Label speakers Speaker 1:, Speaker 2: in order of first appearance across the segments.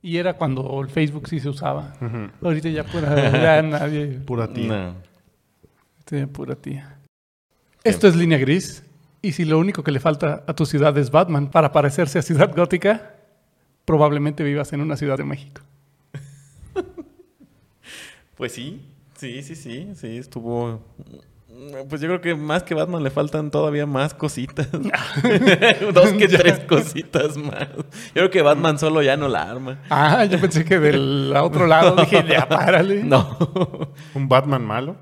Speaker 1: Y era cuando el Facebook sí se usaba. Ahorita ya, pura, ya nadie.
Speaker 2: Pura tía.
Speaker 3: No.
Speaker 1: Sí, pura tía. Esto es Línea Gris. Y si lo único que le falta a tu ciudad es Batman para parecerse a Ciudad Gótica, probablemente vivas en una ciudad de México.
Speaker 3: Pues sí, sí, sí, sí, sí, estuvo... Pues yo creo que más que Batman le faltan todavía más cositas. Dos que tres cositas más. Yo creo que Batman solo ya no la arma.
Speaker 1: Ah, yo pensé que del otro lado dije, ya párale.
Speaker 3: No.
Speaker 2: Un Batman malo.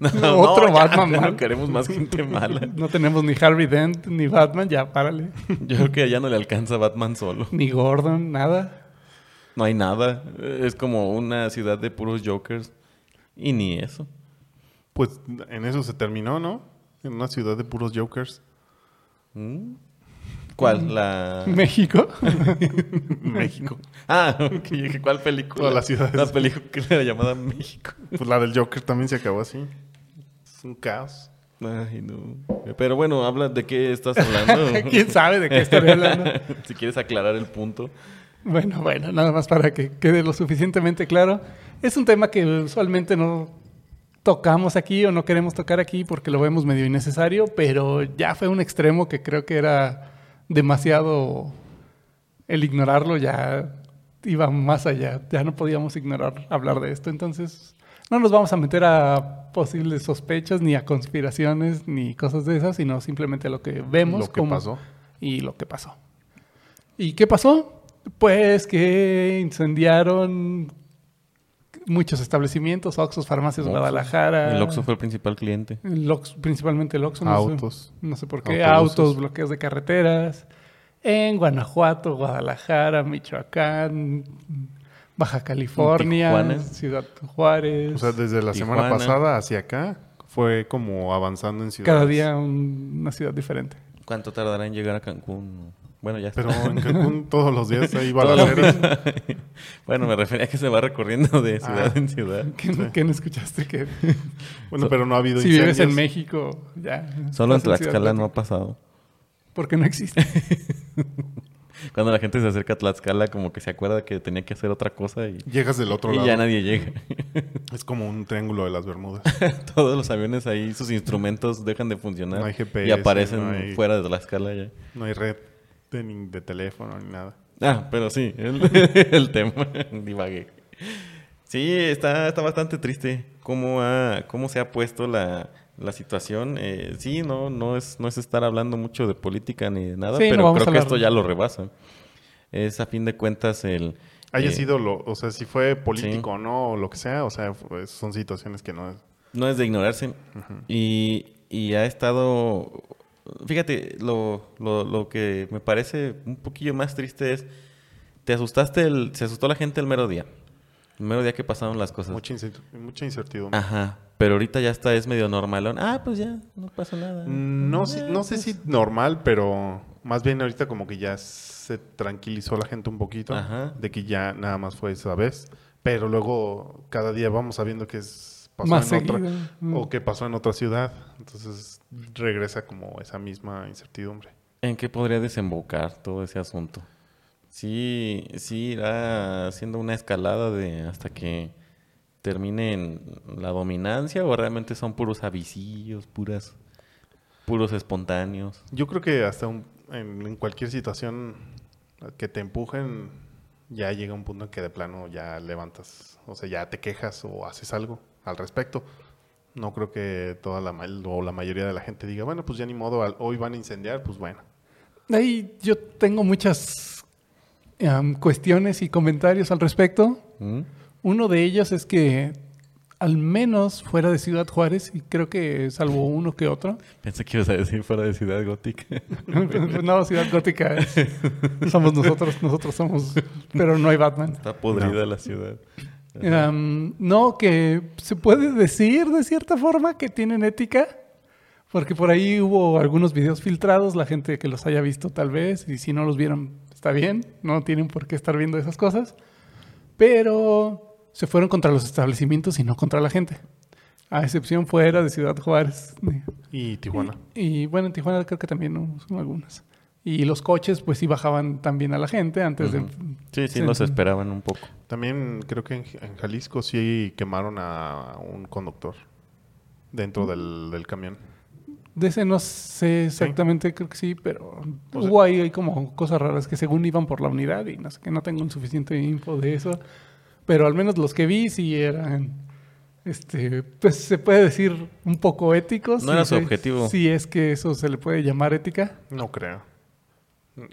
Speaker 3: No,
Speaker 1: Otro
Speaker 3: ya,
Speaker 1: Batman
Speaker 3: ya
Speaker 1: mal.
Speaker 3: No queremos más gente mala.
Speaker 1: No tenemos ni Harvey Dent, ni Batman, ya párale.
Speaker 3: Yo creo que ya no le alcanza Batman solo.
Speaker 1: Ni Gordon, nada.
Speaker 3: No hay nada. Es como una ciudad de puros Jokers. Y ni eso.
Speaker 2: Pues en eso se terminó, ¿no? En una ciudad de puros jokers.
Speaker 3: ¿Mm? ¿Cuál? La...
Speaker 1: México.
Speaker 2: México.
Speaker 3: Ah, ok, dije, ¿cuál película?
Speaker 2: Todas las ciudades.
Speaker 3: La película llamada México.
Speaker 2: Pues la del Joker también se acabó así. Es un caos.
Speaker 3: Ay, no. Pero bueno, habla de qué estás hablando.
Speaker 1: ¿Quién sabe de qué estoy hablando?
Speaker 3: si quieres aclarar el punto.
Speaker 1: Bueno, bueno, nada más para que quede lo suficientemente claro. Es un tema que usualmente no tocamos aquí o no queremos tocar aquí porque lo vemos medio innecesario, pero ya fue un extremo que creo que era demasiado el ignorarlo, ya iba más allá, ya no podíamos ignorar hablar de esto, entonces no nos vamos a meter a posibles sospechas ni a conspiraciones ni cosas de esas, sino simplemente a lo que vemos
Speaker 2: Lo que
Speaker 1: como-
Speaker 2: pasó.
Speaker 1: y lo que pasó. ¿Y qué pasó? Pues que incendiaron muchos establecimientos, Oxxos, farmacias,
Speaker 3: Oxxos.
Speaker 1: Guadalajara.
Speaker 3: El Oxxo fue el principal cliente.
Speaker 1: El Ox- principalmente el Oxxo. No sé-
Speaker 2: Autos.
Speaker 1: no sé por qué.
Speaker 2: Autobuses.
Speaker 1: Autos, bloqueos de carreteras. En Guanajuato, Guadalajara, Michoacán, Baja California,
Speaker 3: Tijuana.
Speaker 1: Ciudad Juárez.
Speaker 2: O sea, desde la
Speaker 3: Tijuana.
Speaker 2: semana pasada hacia acá fue como avanzando en ciudades.
Speaker 1: cada día un- una ciudad diferente.
Speaker 3: ¿Cuánto tardará en llegar a Cancún? Bueno, ya está.
Speaker 2: Pero en Cancún todos los días hay
Speaker 3: Todos los
Speaker 2: balaceras.
Speaker 3: días. bueno, me refería a que se va recorriendo de ciudad
Speaker 2: Ah.
Speaker 3: en ciudad.
Speaker 1: ¿Qué, qué no escuchaste? Que
Speaker 2: Bueno, pero no ha habido
Speaker 1: si vives en
Speaker 2: incendios.
Speaker 1: México, ya.
Speaker 3: Solo en
Speaker 1: estás Ciudad
Speaker 3: Tlaxcala no ha pasado.
Speaker 1: Porque no existe.
Speaker 3: Cuando la gente se acerca a Tlaxcala, como que se acuerda que tenía que hacer otra cosa y,
Speaker 2: Llegas del otro
Speaker 3: y
Speaker 2: lado.
Speaker 3: ya nadie llega.
Speaker 2: Es como un triángulo de las Bermudas.
Speaker 3: Todos los aviones ahí, sus instrumentos dejan de funcionar
Speaker 2: No hay GPS,
Speaker 3: y aparecen
Speaker 2: no hay-
Speaker 3: fuera de Tlaxcala ya.
Speaker 2: No hay red de, ni de teléfono ni nada.
Speaker 3: Ah, pero sí, el, el tema. Divagué. Sí, está, está bastante triste cómo, ha- cómo se ha puesto la, la situación. Eh, sí, no, no, es, no es estar hablando mucho de política ni de nada,
Speaker 1: Sí, no
Speaker 3: pero
Speaker 1: vamos a
Speaker 3: creo que
Speaker 1: hablar.
Speaker 3: esto ya lo rebasa. Es a fin de cuentas el...
Speaker 2: Haya
Speaker 3: eh,
Speaker 2: sido, lo, o sea, si fue político o no, o lo que sea, o sea, pues, son situaciones que no es.
Speaker 3: No es de ignorarse. y, y ha estado... Fíjate, lo, lo, lo que me parece un poquillo más triste es... Te asustaste, el, se asustó la gente el mero día. El mero día que pasaron las cosas.
Speaker 2: Mucha, incer- mucha incertidumbre.
Speaker 3: Ajá. Pero ahorita ya está, es medio normalón. Ah, pues ya, no pasa nada.
Speaker 2: Mm,
Speaker 3: Eh,
Speaker 2: No, sé- no sé si normal, pero más bien ahorita como que ya se tranquilizó la gente un poquito
Speaker 3: Ajá.
Speaker 2: de que ya nada más fue esa vez. Pero luego cada día vamos sabiendo que es pasó
Speaker 1: Más
Speaker 2: en otra
Speaker 1: seguido. Mm.
Speaker 2: o que pasó en otra ciudad. Entonces regresa como esa misma incertidumbre.
Speaker 3: ¿En qué podría desembocar todo ese asunto? Sí, sí irá haciendo una escalada de hasta que termine en la dominancia o realmente son puros avisillos, puras, puros espontáneos.
Speaker 2: Yo creo que hasta un- en, en cualquier situación que te empujen, ya llega un punto en que de plano ya levantas, o sea, ya te quejas o haces algo al respecto. No creo que toda la, ma- o la mayoría de la gente diga, bueno, pues ya ni modo, al- hoy van a incendiar, pues bueno.
Speaker 1: Ahí yo tengo muchas em, cuestiones y comentarios al respecto.
Speaker 3: ¿Mm?
Speaker 1: Uno de ellos es que al menos fuera de Ciudad Juárez, y creo que salvo uno que otro,
Speaker 3: Pensé que ibas a decir fuera de Ciudad Gótica.
Speaker 1: no, Ciudad Gótica es- somos nosotros, nosotros somos, pero no hay Batman.
Speaker 3: Está podrida la ciudad.
Speaker 1: Em, no, que se puede decir de cierta forma que tienen ética, porque por ahí hubo algunos videos filtrados, la gente que los haya visto tal vez, y si no los vieron, está bien, no tienen por qué estar viendo esas cosas, pero se fueron contra los establecimientos y no contra la gente, a excepción fuera de Ciudad Juárez.
Speaker 2: Y Tijuana.
Speaker 1: Y bueno, en Tijuana creo que también ¿no? son algunas. Y los coches, pues sí bajaban también a la gente antes
Speaker 3: Ujú.
Speaker 1: de.
Speaker 3: Sí, sí,
Speaker 1: se-
Speaker 3: los esperaban un poco.
Speaker 2: También creo que en, en Jalisco sí quemaron a un conductor dentro del, del camión.
Speaker 1: De ese no sé exactamente, creo que sí, pero
Speaker 2: O sea-
Speaker 1: hubo ahí, ahí como cosas raras que según iban por la unidad y no sé que no tengo un suficiente info de eso. Pero al menos los que vi sí eran, este, pues se puede decir un poco éticos.
Speaker 3: No era
Speaker 1: si
Speaker 3: su
Speaker 1: se-
Speaker 3: objetivo.
Speaker 1: Si es que eso se le puede llamar ética.
Speaker 2: No creo.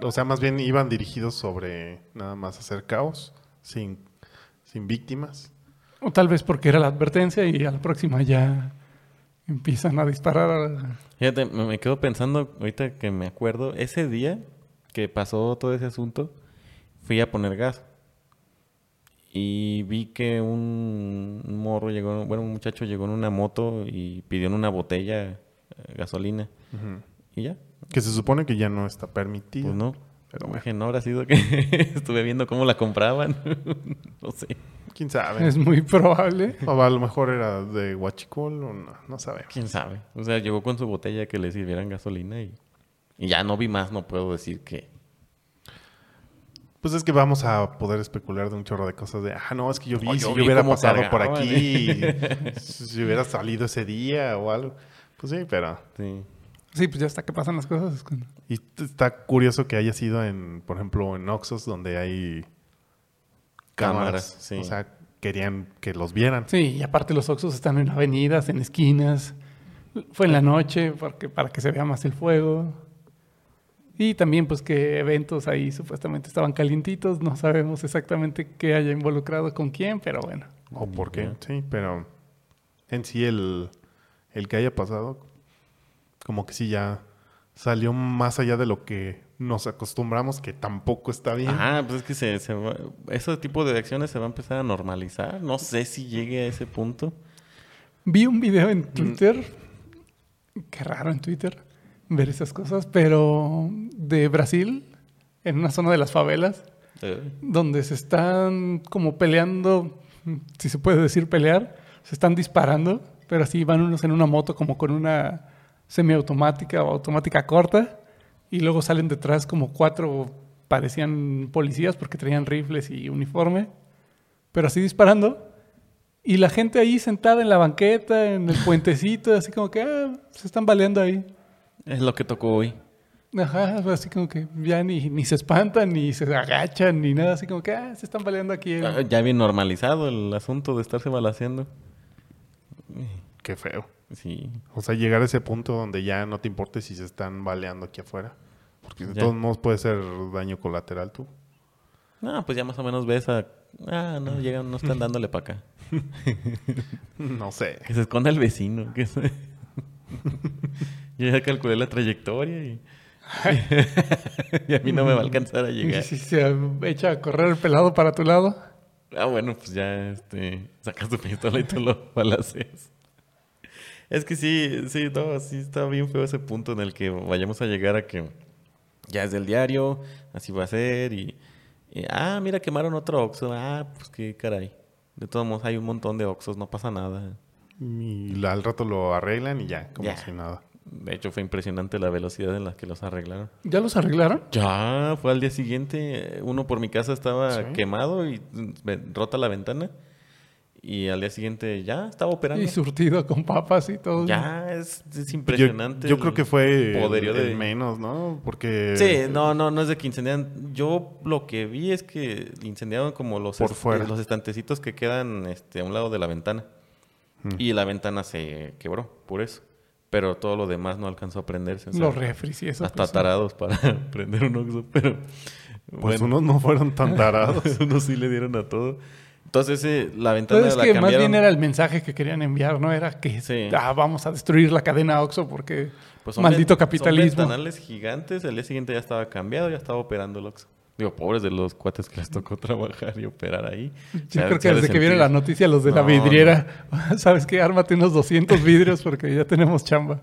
Speaker 2: O sea, más bien iban dirigidos sobre nada más hacer caos, sin, sin víctimas.
Speaker 1: O tal vez porque era la advertencia y a la próxima ya empiezan a disparar. a-
Speaker 3: Fíjate, me me quedo pensando, ahorita que me acuerdo, ese día que pasó todo ese asunto, fui a poner gas. Y vi que un un morro llegó, bueno, un muchacho llegó en una moto y pidió en una botella eh, gasolina.
Speaker 2: Ujú.
Speaker 3: Y ya,
Speaker 2: Que se supone que ya no está permitido.
Speaker 3: pues no.
Speaker 2: Pero bueno,
Speaker 3: Dije, no habrá sido que estuve viendo cómo la compraban. no sé.
Speaker 2: quién sabe.
Speaker 1: Es muy probable.
Speaker 2: O a lo mejor era de Huachicol o no, no sabemos.
Speaker 3: ¿Quién sabe? O sea, llegó con su botella que le sirvieran gasolina y, y ya no vi más, no puedo decir que...
Speaker 2: Pues es que vamos a poder especular de un chorro de cosas de, ah, no, es que yo vi,
Speaker 3: Oh,
Speaker 2: si
Speaker 3: yo
Speaker 2: yo
Speaker 3: vi
Speaker 2: hubiera
Speaker 3: cómo
Speaker 2: pasado por
Speaker 3: cargaban,
Speaker 2: aquí, si si hubiera salido ese día o algo. Pues sí, pero...
Speaker 3: Sí.
Speaker 1: Sí, pues ya hasta que pasan las cosas. es cuando-
Speaker 2: Y t- está curioso que haya sido en, por ejemplo, en Oxos, donde hay cámaras.
Speaker 3: Cámaras, sí.
Speaker 2: O sea, querían que los vieran.
Speaker 1: Sí, y aparte los oxos están en avenidas, en esquinas. Fue en la noche porque, para que se vea más el fuego. Y también pues que eventos ahí supuestamente estaban calientitos. No sabemos exactamente qué haya involucrado con quién, pero bueno.
Speaker 2: O por qué,
Speaker 3: Ya.
Speaker 2: sí, pero en sí el, el que haya pasado, como que sí ya salió más allá de lo que nos acostumbramos, que tampoco está bien.
Speaker 3: Ajá, pues es que se, se va- ese tipo de acciones se va a empezar a normalizar. No sé si llegue a ese punto.
Speaker 1: Vi un video en Twitter. Qué raro en Twitter ver esas cosas, pero de Brasil, en una zona de las favelas,
Speaker 3: Eh,
Speaker 1: donde se están como peleando, si se puede decir pelear, se están disparando, pero así van unos en una moto como con una semiautomática o automática corta y luego salen detrás como cuatro parecían policías porque traían rifles y uniforme, pero así disparando y la gente ahí sentada en la banqueta, en el puentecito, así como que ah, se están baleando ahí.
Speaker 3: Es lo que tocó hoy.
Speaker 1: Ajá, así como que ya ni, ni se espantan, ni se agachan, ni nada, así como que ah, se están peleando aquí. el-
Speaker 3: Ah, Ya bien normalizado el asunto de estarse balaceando.
Speaker 2: Qué feo.
Speaker 3: Sí.
Speaker 2: O sea, llegar a ese punto donde ya no te importe si se están baleando aquí afuera. Porque de
Speaker 3: Ya.
Speaker 2: todos modos puede ser daño colateral tú.
Speaker 3: No, pues ya más o menos ves a... Ah, no, llegan, no están dándole para acá.
Speaker 2: No sé.
Speaker 3: Que se esconda el vecino. que se- Yo ya calculé la trayectoria y... y a mí no me va a alcanzar a
Speaker 1: Y
Speaker 3: llegar.
Speaker 1: si se echa a correr el pelado para tu lado.
Speaker 3: Ah, bueno, pues ya este, sacas tu pistola y tú lo balaceas. Es que sí, sí, no, sí está bien feo ese punto en el que vayamos a llegar a que ya es del diario, así va a ser y, y, ah, mira, quemaron otro Oxxo, ah, pues qué caray. De todos modos hay un montón de Oxxos, no pasa nada.
Speaker 2: Y la- al rato lo arreglan y ya, como
Speaker 3: Ya.
Speaker 2: si nada.
Speaker 3: De hecho fue impresionante la velocidad en la que los arreglaron.
Speaker 1: ¿Ya los arreglaron?
Speaker 3: Ya, fue al día siguiente. eh, Uno por mi casa estaba
Speaker 2: Sí.
Speaker 3: quemado y mm, ve- rota la ventana. Y al día siguiente ya estaba operando.
Speaker 1: Y surtido con papas y todo.
Speaker 3: Ya, es, es
Speaker 2: Yo-
Speaker 3: impresionante.
Speaker 2: Yo,
Speaker 3: el
Speaker 2: creo que fue el,
Speaker 3: poderío
Speaker 2: el menos, ¿no? Porque
Speaker 3: Sí, no, no, no es de que incendian. Yo lo que vi es que incendiaron como los, eh,
Speaker 2: Por fuera.
Speaker 3: los estantecitos que quedan este, a un lado de la ventana.
Speaker 2: Mm.
Speaker 3: Y la ventana se quebró, por eso. Pero todo lo demás no alcanzó a prenderse. o sea,
Speaker 1: Los refris y eso.
Speaker 3: hasta
Speaker 1: pues,
Speaker 3: tarados para prender un oxo, pero...
Speaker 2: pues
Speaker 3: bueno.
Speaker 2: unos no fueron tan tarados.
Speaker 3: Unos sí le dieron a todo. Entonces, eh, la ventana
Speaker 1: Pues es
Speaker 3: la
Speaker 1: que más
Speaker 3: cambiaron.
Speaker 1: bien era el mensaje que querían enviar, ¿no? Era que
Speaker 3: Sí.
Speaker 1: ah, vamos a destruir la cadena Oxxo porque
Speaker 3: Pues son
Speaker 1: maldito
Speaker 3: ven- Son
Speaker 1: capitalismo.
Speaker 3: ventanales gigantes. El día siguiente ya estaba cambiado, ya estaba operando el Oxxo. Digo, pobres de los cuates que les tocó trabajar y operar ahí.
Speaker 1: Yo creo que desde que vieron la
Speaker 3: noche
Speaker 1: noticia los de la
Speaker 3: No,
Speaker 1: vidriera, ¿sabes qué? Ármate unos 200 vidrios porque ya tenemos chamba.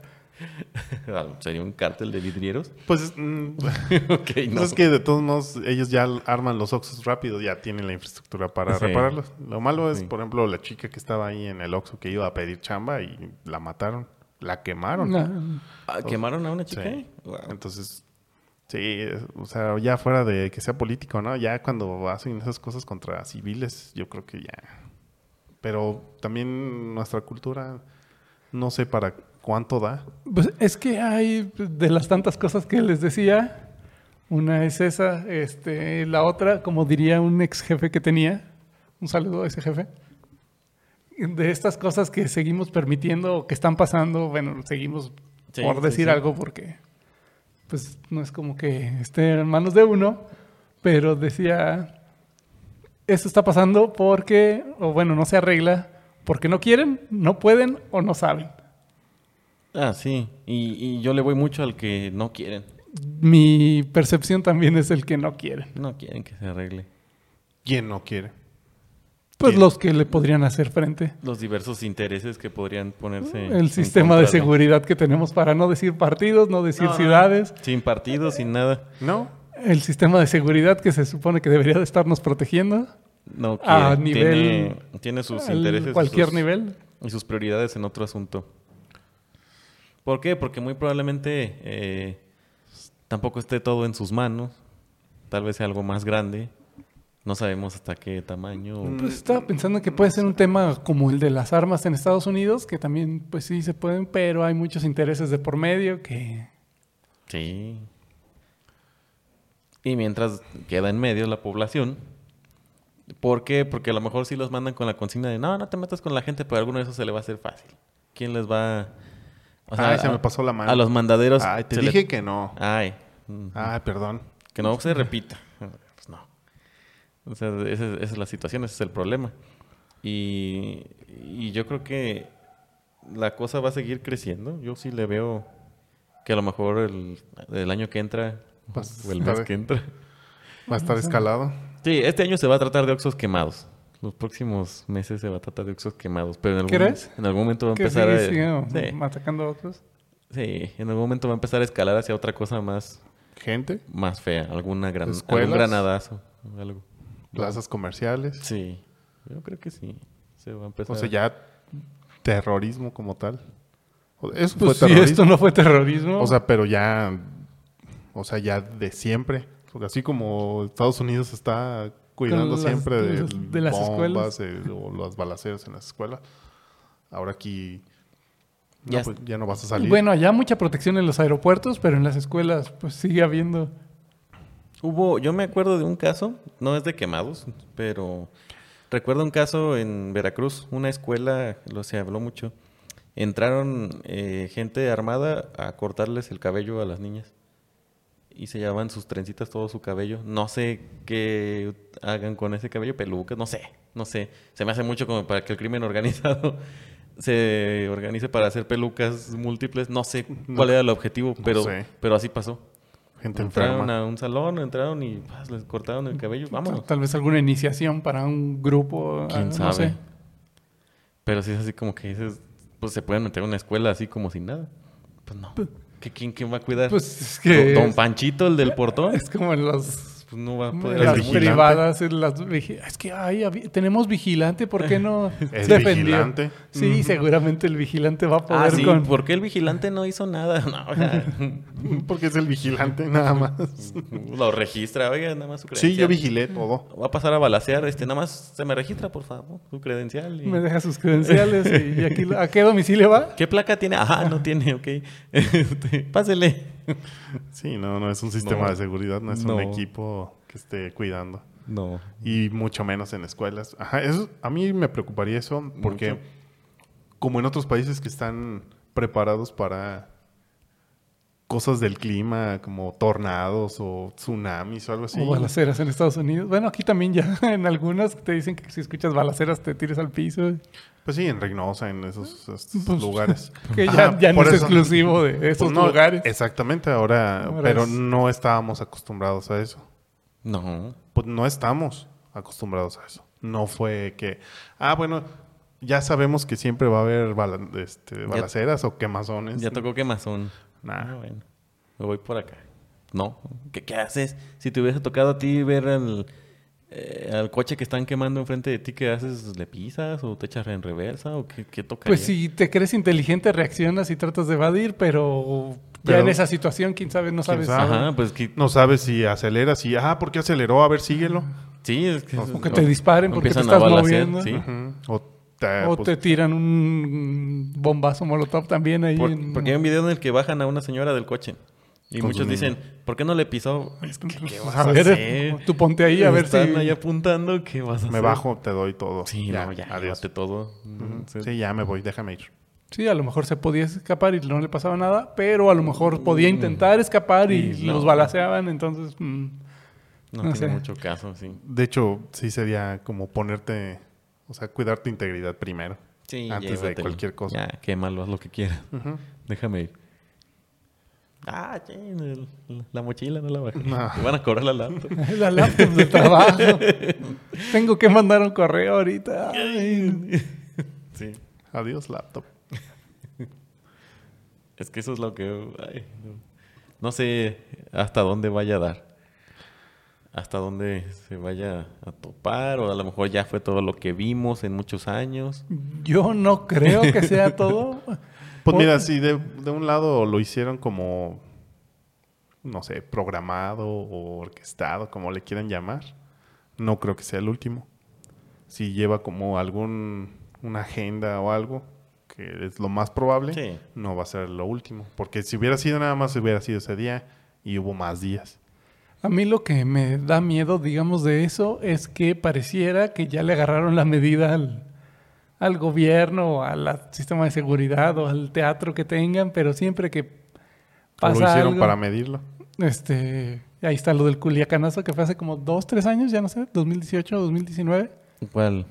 Speaker 3: Sería un cártel de vidrieros.
Speaker 2: Pues, es- mm, pues
Speaker 3: ok, no.
Speaker 2: es que de todos modos ellos ya arman los Oxxos rápidos, ya tienen la infraestructura para
Speaker 3: Sí.
Speaker 2: repararlos. Lo malo es,
Speaker 3: Sí.
Speaker 2: por ejemplo, la chica que estaba ahí en el Oxxo que iba a pedir chamba y la mataron, la quemaron.
Speaker 1: No.
Speaker 3: Ah, ¿Quemaron a una chica?
Speaker 2: Sí.
Speaker 3: Wow.
Speaker 2: Entonces, Sí, es- o sea, ya fuera de que sea político, ¿no? Ya cuando hacen esas cosas contra civiles, yo creo que ya. Pero también nuestra cultura, no sé para cuánto da.
Speaker 1: Pues es que hay de las tantas cosas que les decía, una es esa, este, la otra, como diría un ex jefe que tenía, un saludo a ese jefe, de estas cosas que seguimos permitiendo o que están pasando, bueno, seguimos
Speaker 3: Sí,
Speaker 1: por
Speaker 3: sí,
Speaker 1: decir
Speaker 3: sí.
Speaker 1: algo porque pues no es como que esté en manos de uno, pero decía, esto está pasando porque, o bueno, no se arregla porque no quieren, no pueden o no saben.
Speaker 3: Ah, sí. Y, y yo le voy mucho al que no quieren.
Speaker 1: Mi percepción también es el que no quieren.
Speaker 3: No quieren que se arregle.
Speaker 2: ¿Quién no quiere?
Speaker 1: Pues
Speaker 2: Bien.
Speaker 1: los que le podrían hacer frente.
Speaker 3: Los diversos intereses que podrían ponerse. en
Speaker 1: el sistema
Speaker 3: contra
Speaker 1: de seguridad que tenemos para no decir partidos, no decir ciudades.
Speaker 3: Sin partido, sin nada.
Speaker 2: ¿No?
Speaker 1: El sistema de seguridad que se supone que debería de estarnos protegiendo
Speaker 3: No quieren.
Speaker 1: A
Speaker 3: Tiene-
Speaker 1: nivel-
Speaker 3: Tiene, sus
Speaker 1: a
Speaker 3: intereses. y
Speaker 1: cualquier
Speaker 3: sus-
Speaker 1: nivel.
Speaker 3: y sus prioridades en otro asunto. ¿Por qué? Porque muy probablemente eh, tampoco esté todo en sus manos. Tal vez sea algo más grande. No sabemos hasta qué tamaño.
Speaker 2: Mm.
Speaker 1: Pues estaba pensando que puede ser un tema como el de las armas en Estados Unidos, que también pues sí se pueden, pero hay muchos intereses de por medio que
Speaker 3: Sí. Y mientras queda en medio la población. ¿Por qué? Porque a lo mejor sí los mandan con la consigna de no, no te metas con la gente, pero a alguno de esos se le va a hacer fácil. ¿Quién les va a.? o sea,
Speaker 2: Ay, se
Speaker 3: a-
Speaker 2: me pasó la mano.
Speaker 3: A los mandaderos.
Speaker 2: Ay, te
Speaker 3: se le-
Speaker 2: dije que no.
Speaker 3: Ay. mm.
Speaker 2: Ay, perdón.
Speaker 3: Que no se repita. Pues no. O sea, esa, esa es la situación, ese es el problema. Y, y yo creo que la cosa va a seguir creciendo. Yo sí le veo que a lo mejor el, el año que entra,
Speaker 2: Pues,
Speaker 3: o el
Speaker 2: a
Speaker 3: mes
Speaker 2: ver.
Speaker 3: que entra.
Speaker 2: Va a estar escalado.
Speaker 3: Sí, este año se va a tratar de oxos quemados. Los próximos meses se va a tratar de oxos quemados. Pero en algún,
Speaker 1: ¿Crees?
Speaker 3: En algún momento va a
Speaker 1: que
Speaker 3: empezar
Speaker 1: sigue,
Speaker 3: a-
Speaker 1: sigue
Speaker 3: sí,
Speaker 1: atacando a otros.
Speaker 3: sí, en algún momento va a empezar a escalar hacia otra cosa más,
Speaker 2: Gente,
Speaker 3: más fea. Alguna gran,
Speaker 2: Escuelas.
Speaker 3: algún granadazo. Algo.
Speaker 2: plazas comerciales.
Speaker 3: Sí, yo creo que sí. Se va a empezar.
Speaker 2: O sea, ya terrorismo como tal. O- Eso
Speaker 1: Pues
Speaker 2: fue
Speaker 1: si
Speaker 2: terrorismo.
Speaker 1: esto no fue terrorismo.
Speaker 2: O sea, pero ya. O sea, ya de siempre. Porque así como Estados Unidos está cuidando
Speaker 1: las-
Speaker 2: siempre de,
Speaker 1: las- de las
Speaker 2: bombas eh, o los balaceros en las escuelas, ahora aquí. no,
Speaker 3: Ya
Speaker 2: pues, ya no vas a salir.
Speaker 1: Bueno, allá mucha protección en los aeropuertos, pero en las escuelas pues sigue habiendo.
Speaker 3: Hubo, yo me acuerdo de un caso, no es de quemados, pero recuerdo un caso en Veracruz, una escuela, lo se habló mucho. Entraron eh, gente armada a cortarles el cabello a las niñas y se llevaban sus trencitas todo su cabello. No sé qué hagan con ese cabello, pelucas, no sé, no sé. Se me hace mucho como para que el crimen organizado se organice para hacer pelucas múltiples. No sé cuál era el objetivo, pero,
Speaker 2: sé.
Speaker 3: pero así pasó.
Speaker 2: Gente
Speaker 3: entraron
Speaker 2: enferma.
Speaker 3: a un salón, entraron y pas, les cortaron el
Speaker 1: Mm,
Speaker 3: cabello. Vámonos.
Speaker 1: Tal vez alguna iniciación para un grupo. ah,
Speaker 3: ¿Quién
Speaker 1: no
Speaker 3: sabe?
Speaker 1: sé.
Speaker 3: Pero si es así como que dices, pues se pueden meter a una escuela así como sin nada. Pues no. ¿Que quién, quién va a cuidar?
Speaker 1: Pues es que
Speaker 3: ¿Don don Panchito, el del portón?
Speaker 1: es como en las,
Speaker 3: Pues no va a
Speaker 1: en
Speaker 3: poder
Speaker 1: las
Speaker 3: hacer mucho.
Speaker 2: vigilante.
Speaker 1: privadas, en las vigi- es que ay, habi- tenemos vigilante, ¿por qué no
Speaker 2: El
Speaker 1: defendió?
Speaker 2: vigilante.
Speaker 1: Sí, seguramente el vigilante va a
Speaker 3: Ah,
Speaker 1: poder
Speaker 3: sí,
Speaker 1: con
Speaker 3: ¿por qué el vigilante no hizo nada? No, o sea,
Speaker 2: Porque es el vigilante, nada más.
Speaker 3: lo registra, oiga, nada más su credencial.
Speaker 2: Sí, yo
Speaker 1: Mm.
Speaker 2: vigilé todo.
Speaker 3: Va a pasar a balasear, este, nada más se me registra, por favor, su credencial. y-
Speaker 1: me deja sus credenciales y, y aquí lo- a qué domicilio va?
Speaker 3: ¿Qué placa tiene? Ajá, no tiene, ok. Este, pásele.
Speaker 2: Sí, no, no es un sistema
Speaker 3: No.
Speaker 2: de seguridad, no es
Speaker 3: No.
Speaker 2: un equipo que esté cuidando.
Speaker 3: No.
Speaker 2: y mucho menos en escuelas. Ajá, eso, a mí me preocuparía eso porque
Speaker 3: Mucho.
Speaker 2: como en otros países que están preparados para cosas del clima, como tornados o tsunamis o algo así.
Speaker 1: O balaceras en Estados Unidos. Bueno, aquí también ya en algunas te dicen que si escuchas balaceras te tires al piso.
Speaker 2: Pues sí, en Reynosa, en esos, estos
Speaker 1: Pues,
Speaker 2: lugares.
Speaker 3: Ah,
Speaker 1: Que ya,
Speaker 2: Ajá,
Speaker 1: ya no
Speaker 2: por
Speaker 1: es
Speaker 2: eso.
Speaker 1: exclusivo de
Speaker 2: Pues
Speaker 1: esos
Speaker 2: no,
Speaker 1: lugares.
Speaker 2: Exactamente, ahora,
Speaker 1: Ahora
Speaker 2: pero
Speaker 1: es-
Speaker 2: no estábamos acostumbrados a eso.
Speaker 3: No.
Speaker 2: pues no estamos acostumbrados a eso. No fue que, ah, bueno, ya sabemos que siempre va a haber bala- este, balaceras o quemazones.
Speaker 3: Ya tocó quemazón. Ah,
Speaker 2: Nah.
Speaker 3: bueno. Me voy por acá. No. ¿Qué, qué haces? Si te hubiese tocado a ti ver el, eh, al coche que están quemando enfrente de ti, ¿qué haces? ¿Le pisas o te echas en reversa o qué, qué toca?
Speaker 1: Pues si te crees inteligente, reaccionas y tratas de evadir, pero ya
Speaker 2: Pero-
Speaker 1: en esa situación, quién sabe, no sabes.
Speaker 2: sabe?
Speaker 3: Ajá, pues que,
Speaker 2: No sabes si aceleras y, ah, ¿por qué aceleró? A ver, síguelo.
Speaker 3: sí, es que,
Speaker 1: O que te disparen porque te
Speaker 3: empiezan
Speaker 1: estás
Speaker 3: a balacear,
Speaker 1: moviendo.
Speaker 3: sí.
Speaker 2: Ujú. O te,
Speaker 3: Ah,
Speaker 1: O
Speaker 2: pues,
Speaker 1: te tiran un bombazo molotov también ahí.
Speaker 3: Por-
Speaker 1: en-
Speaker 3: porque hay un video en el que bajan a una señora del coche y
Speaker 2: Con
Speaker 3: muchos
Speaker 2: su niño.
Speaker 3: dicen, ¿por qué no le pisó? Es que, ¿qué vas
Speaker 1: a
Speaker 3: a
Speaker 1: ver,
Speaker 3: hacer?
Speaker 1: tú ponte ahí a ver si...
Speaker 3: Están ahí apuntando, ¿qué vas a hacer?
Speaker 2: me bajo, te doy todo.
Speaker 3: Sí, no, ya,
Speaker 2: Adiós.
Speaker 3: llévate todo. Sí.
Speaker 2: Sí, ya me voy, déjame ir.
Speaker 1: Sí, a lo mejor se podía escapar y no le pasaba nada, pero a lo mejor podía intentar escapar y
Speaker 3: Mm. Sí, no.
Speaker 1: los balaceaban, entonces... mm,
Speaker 3: No,
Speaker 1: No sé.
Speaker 3: tiene mucho caso, sí.
Speaker 2: De hecho, sí sería como ponerte, o sea, cuidar tu integridad primero.
Speaker 3: Sí,
Speaker 2: antes de
Speaker 3: llévatelo.
Speaker 2: cualquier cosa.
Speaker 3: Ya, quémalo, haz lo que quieras.
Speaker 2: Ujú.
Speaker 3: Déjame ir. Ah, chin, el- la mochila no la bajé.
Speaker 2: No.
Speaker 3: Te van a cobrar la laptop.
Speaker 1: La laptop de trabajo. Tengo que mandar un correo ahorita.
Speaker 3: sí.
Speaker 2: Adiós, laptop.
Speaker 3: Es que eso es lo que... ay, no. no sé hasta dónde vaya a dar. Hasta dónde se vaya a topar. O a lo mejor ya fue todo lo que vimos en muchos años.
Speaker 1: Yo no creo que sea todo.
Speaker 2: Pues
Speaker 1: O-
Speaker 2: mira, si de, de un lado lo hicieron como, no sé, programado o orquestado, como le quieran llamar, no creo que sea el último. Si lleva como algún, una agenda o algo, que es lo más probable,
Speaker 3: Sí.
Speaker 2: no va a ser lo último. Porque si hubiera sido nada más, hubiera sido ese día y hubo más días.
Speaker 1: A mí lo que me da miedo, digamos, de eso es que pareciera que ya le agarraron la medida al, al gobierno, o al sistema de seguridad o al teatro que tengan, pero siempre que
Speaker 2: O lo
Speaker 1: pasa
Speaker 2: hicieron
Speaker 1: algo,
Speaker 2: para medirlo.
Speaker 1: este, ahí está lo del culiacanazo que fue hace como dos, tres años, ya no sé, 2018, 2019.
Speaker 3: ¿Cuál?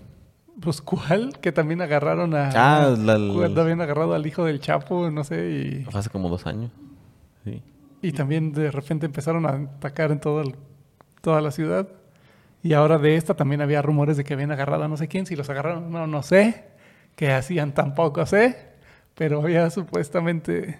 Speaker 1: Pues cuál, que también agarraron a...
Speaker 3: Ah, la-
Speaker 1: Cuando habían agarrado al hijo del Chapo, no sé, y,
Speaker 3: Hace como dos años. Sí.
Speaker 1: y también de repente empezaron a atacar en todo el- toda la ciudad. Y ahora de esta también había rumores de que habían agarrado a no sé quién, si los agarraron, no, no sé, que hacían tampoco sé, pero había supuestamente...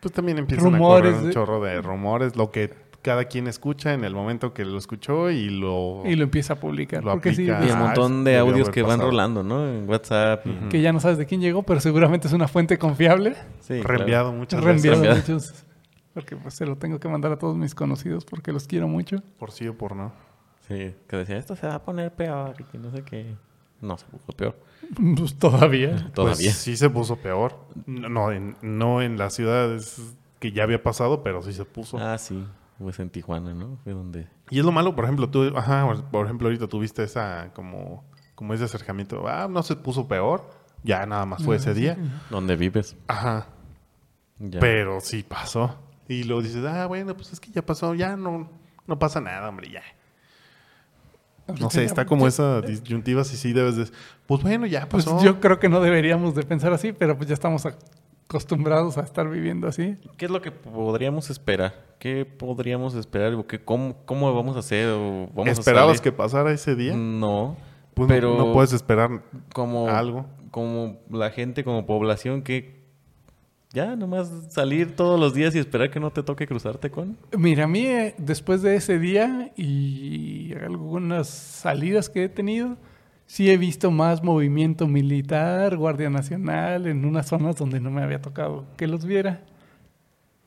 Speaker 2: Pues también empiezan a
Speaker 1: Rumores ¿eh?
Speaker 2: correr un
Speaker 1: de-
Speaker 2: chorro de rumores, lo que cada quien escucha en el momento que lo escuchó y lo...
Speaker 1: Y lo empieza a publicar.
Speaker 2: Lo
Speaker 1: porque sí,
Speaker 2: aplica.
Speaker 3: Y
Speaker 1: dice
Speaker 3: un
Speaker 2: Ah,
Speaker 3: montón de
Speaker 2: debió haber
Speaker 3: audios que van
Speaker 2: pasado.
Speaker 3: rolando, ¿no? En WhatsApp. y-
Speaker 1: que ya no sabes de quién llegó, pero seguramente es una fuente confiable.
Speaker 3: Sí, claro.
Speaker 2: reenviado muchas
Speaker 1: Reenviado
Speaker 3: Reenviado.
Speaker 1: muchos, porque pues se lo tengo que mandar a todos mis conocidos porque los quiero mucho.
Speaker 2: veces, por sí o por no.
Speaker 3: Sí, que decía, esto se va a poner peor y que no sé qué. No, se puso peor.
Speaker 1: Pues todavía.
Speaker 3: Todavía.
Speaker 2: Pues sí se puso peor. No, no, en, no en las ciudades que ya había pasado, pero sí se puso.
Speaker 3: ah, sí. Pues en Tijuana, ¿no? Fue donde...
Speaker 2: Y es lo malo, por ejemplo, tú, ajá, por- por ejemplo, ahorita tuviste esa como, como ese acercamiento. Ah, no se puso peor. Ya nada más fue ese día.
Speaker 3: Donde vives.
Speaker 2: Ajá.
Speaker 3: Ya.
Speaker 2: Pero sí pasó. Y luego dices, ah, bueno, pues es que ya pasó, ya no, no pasa nada, hombre, ya.
Speaker 1: Pues
Speaker 2: No sé, está como esa disyuntiva si sí debes de... Pues bueno, ya
Speaker 1: Pues
Speaker 2: pasó.
Speaker 1: yo creo que no deberíamos de pensar así, pero pues ya estamos acostumbrados a estar viviendo así.
Speaker 3: ¿Qué es lo que podríamos esperar? ¿Qué podríamos esperar? ¿O qué, cómo, ¿Cómo vamos a hacer? ¿O vamos
Speaker 2: ¿Esperabas
Speaker 3: a
Speaker 2: que pasara ese día?
Speaker 3: No.
Speaker 2: Pues no-
Speaker 3: pero
Speaker 2: no, puedes esperar
Speaker 3: como,
Speaker 2: algo.
Speaker 3: como la gente, como población que... Ya, nomás salir todos los días y esperar que no te toque cruzarte con...
Speaker 2: Pues,
Speaker 1: Mira, a mí eh, después de ese día y algunas salidas que he tenido, sí he visto más movimiento militar, Guardia Nacional, en unas zonas donde no me había tocado que los viera.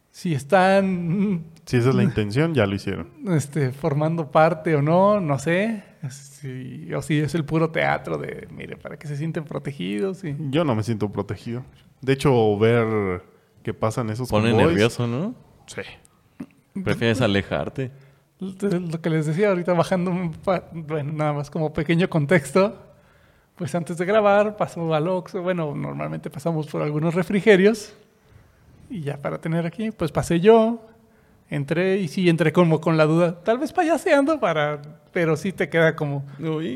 Speaker 1: Si están
Speaker 2: Si esa es la intención, ya lo hicieron.
Speaker 1: este, formando parte o no, no sé. Si- o si es el puro teatro de, mire, para que se sienten protegidos. Y...
Speaker 2: Yo no me siento protegido. De hecho, ver que pasan esos
Speaker 3: Pone
Speaker 2: convoys-
Speaker 3: nervioso, ¿no?
Speaker 2: Sí. Pues,
Speaker 3: Prefieres alejarte.
Speaker 1: Lo que les decía ahorita, bajando, un pa- bueno, nada más como pequeño contexto, pues antes de grabar pasó al Oxxo, bueno, normalmente pasamos por algunos refrigerios y ya para tener aquí, pues pasé yo, entré y sí, entré como con la duda, tal vez payaseando para, pero sí te queda como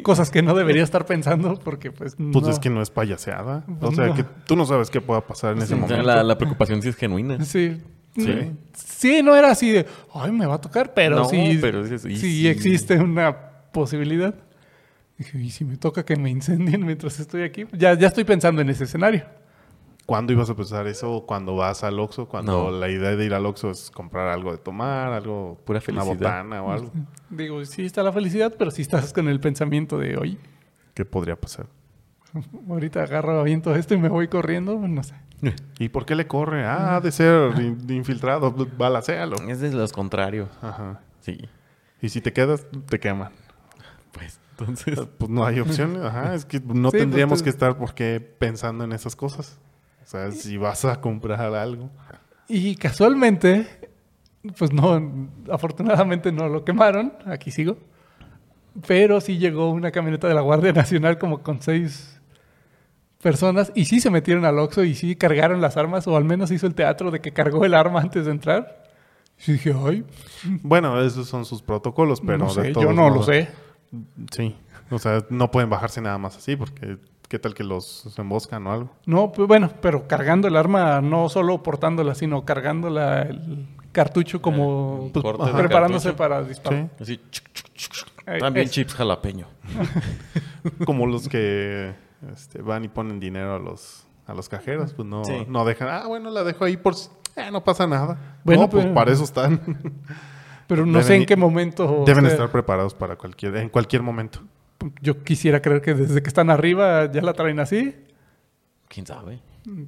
Speaker 1: cosas que no debería estar pensando porque pues no.
Speaker 2: Pues es que no es payaseada. O
Speaker 1: Pues
Speaker 2: sea,
Speaker 1: no.
Speaker 2: que tú no sabes qué pueda pasar en ese
Speaker 3: Sí,
Speaker 2: momento.
Speaker 3: La, la preocupación sí es genuina.
Speaker 1: Sí.
Speaker 2: Sí.
Speaker 1: Mm, Sí, no era así de, ay, me va a tocar, pero
Speaker 3: No,
Speaker 1: sí,
Speaker 3: pero dices, "Y
Speaker 1: sí
Speaker 3: si?".
Speaker 1: existe una posibilidad. Dije, ¿y si me toca que me incendien mientras estoy aquí? Ya, ya estoy pensando en ese escenario.
Speaker 2: ¿Cuándo ibas a pensar eso? Cuando vas al Oxxo, cuando
Speaker 3: No.
Speaker 2: la idea de ir al Oxxo es comprar algo de tomar, algo,
Speaker 3: Pura
Speaker 2: una
Speaker 3: felicidad.
Speaker 2: botana o algo
Speaker 1: Digo, sí está la felicidad, pero sí estás con el pensamiento de, oye,
Speaker 2: que podría pasar.
Speaker 1: ahorita agarro, aviento esto y me voy corriendo, no sé.
Speaker 2: ¿Y por qué le corre? Ah, ha de ser in- infiltrado, balacéalo.
Speaker 3: Es de los contrarios.
Speaker 2: Ajá.
Speaker 3: Sí.
Speaker 2: Y si te quedas, te queman.
Speaker 3: Pues entonces.
Speaker 2: Pues no hay opción. Ajá, es que no
Speaker 1: Sí,
Speaker 2: tendríamos
Speaker 1: pues,
Speaker 2: que estar por qué pensando en esas cosas. O sea, si vas a comprar algo.
Speaker 1: Y casualmente, pues no, afortunadamente no lo quemaron, aquí sigo. Pero sí llegó una camioneta de la Guardia Nacional como con seis personas y sí se metieron al Oxxo y sí cargaron las armas o al menos hizo el teatro de que cargó el arma antes de entrar. Y dije, ay,
Speaker 2: Bueno, esos son sus protocolos, pero
Speaker 1: no
Speaker 2: de
Speaker 1: sé,
Speaker 2: todos
Speaker 1: yo no lo
Speaker 2: modos-
Speaker 1: sé.
Speaker 2: Sí. O sea, no pueden bajarse nada más así porque qué tal que los emboscan o algo.
Speaker 1: No, pues bueno, pero cargando el arma, no solo portándola, sino cargándola el cartucho como pues,
Speaker 3: El corte
Speaker 2: ajá.
Speaker 3: de
Speaker 1: preparándose
Speaker 3: Eh, cartucho.
Speaker 1: para disparar.
Speaker 3: Así, chuc, chuc, chuc, chuc.
Speaker 1: Eh,
Speaker 3: También
Speaker 1: es-
Speaker 3: chips jalapeño.
Speaker 2: Sí. Como los que este, van y ponen dinero a los, a los cajeros, pues no,
Speaker 3: Sí.
Speaker 2: no dejan. Ah, bueno, la dejo ahí por... si- eh, no pasa nada.
Speaker 1: Bueno,
Speaker 2: no, pues
Speaker 1: pero-
Speaker 2: para eso están.
Speaker 1: Pero no
Speaker 2: Deben
Speaker 1: sé en
Speaker 2: ir-
Speaker 1: qué momento.
Speaker 2: Deben
Speaker 1: o sea,
Speaker 2: estar preparados para cualquier, en cualquier momento.
Speaker 1: Yo quisiera creer que desde que están arriba ya la traen así.
Speaker 3: ¿Quién sabe?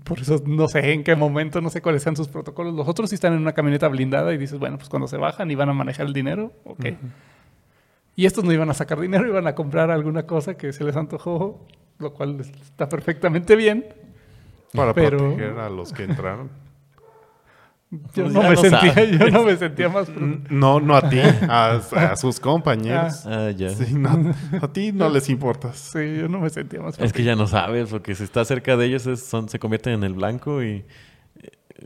Speaker 1: Por eso no sé en qué momento, no sé cuáles sean sus protocolos. Los otros sí están en una camioneta blindada y dices, bueno, pues cuando se bajan y van a manejar el dinero, ok. Y estos no iban a sacar dinero, iban a comprar alguna cosa que se les antojó, lo cual está perfectamente bien.
Speaker 2: Para
Speaker 1: Pero-
Speaker 2: proteger a los que entraron.
Speaker 1: Yo
Speaker 3: Pues
Speaker 1: no,
Speaker 3: ya
Speaker 1: me,
Speaker 3: lo
Speaker 1: sentía,
Speaker 3: sabes.
Speaker 1: yo no me sentía más...
Speaker 2: No, no a ti, a, a sus compañeros.
Speaker 3: Ah, ya.
Speaker 2: Sí, no, a ti no les importas.
Speaker 1: Sí, yo no me sentía más...
Speaker 3: Es que ya no sabes, porque si estás cerca de ellos es- son, se convierten en el blanco y,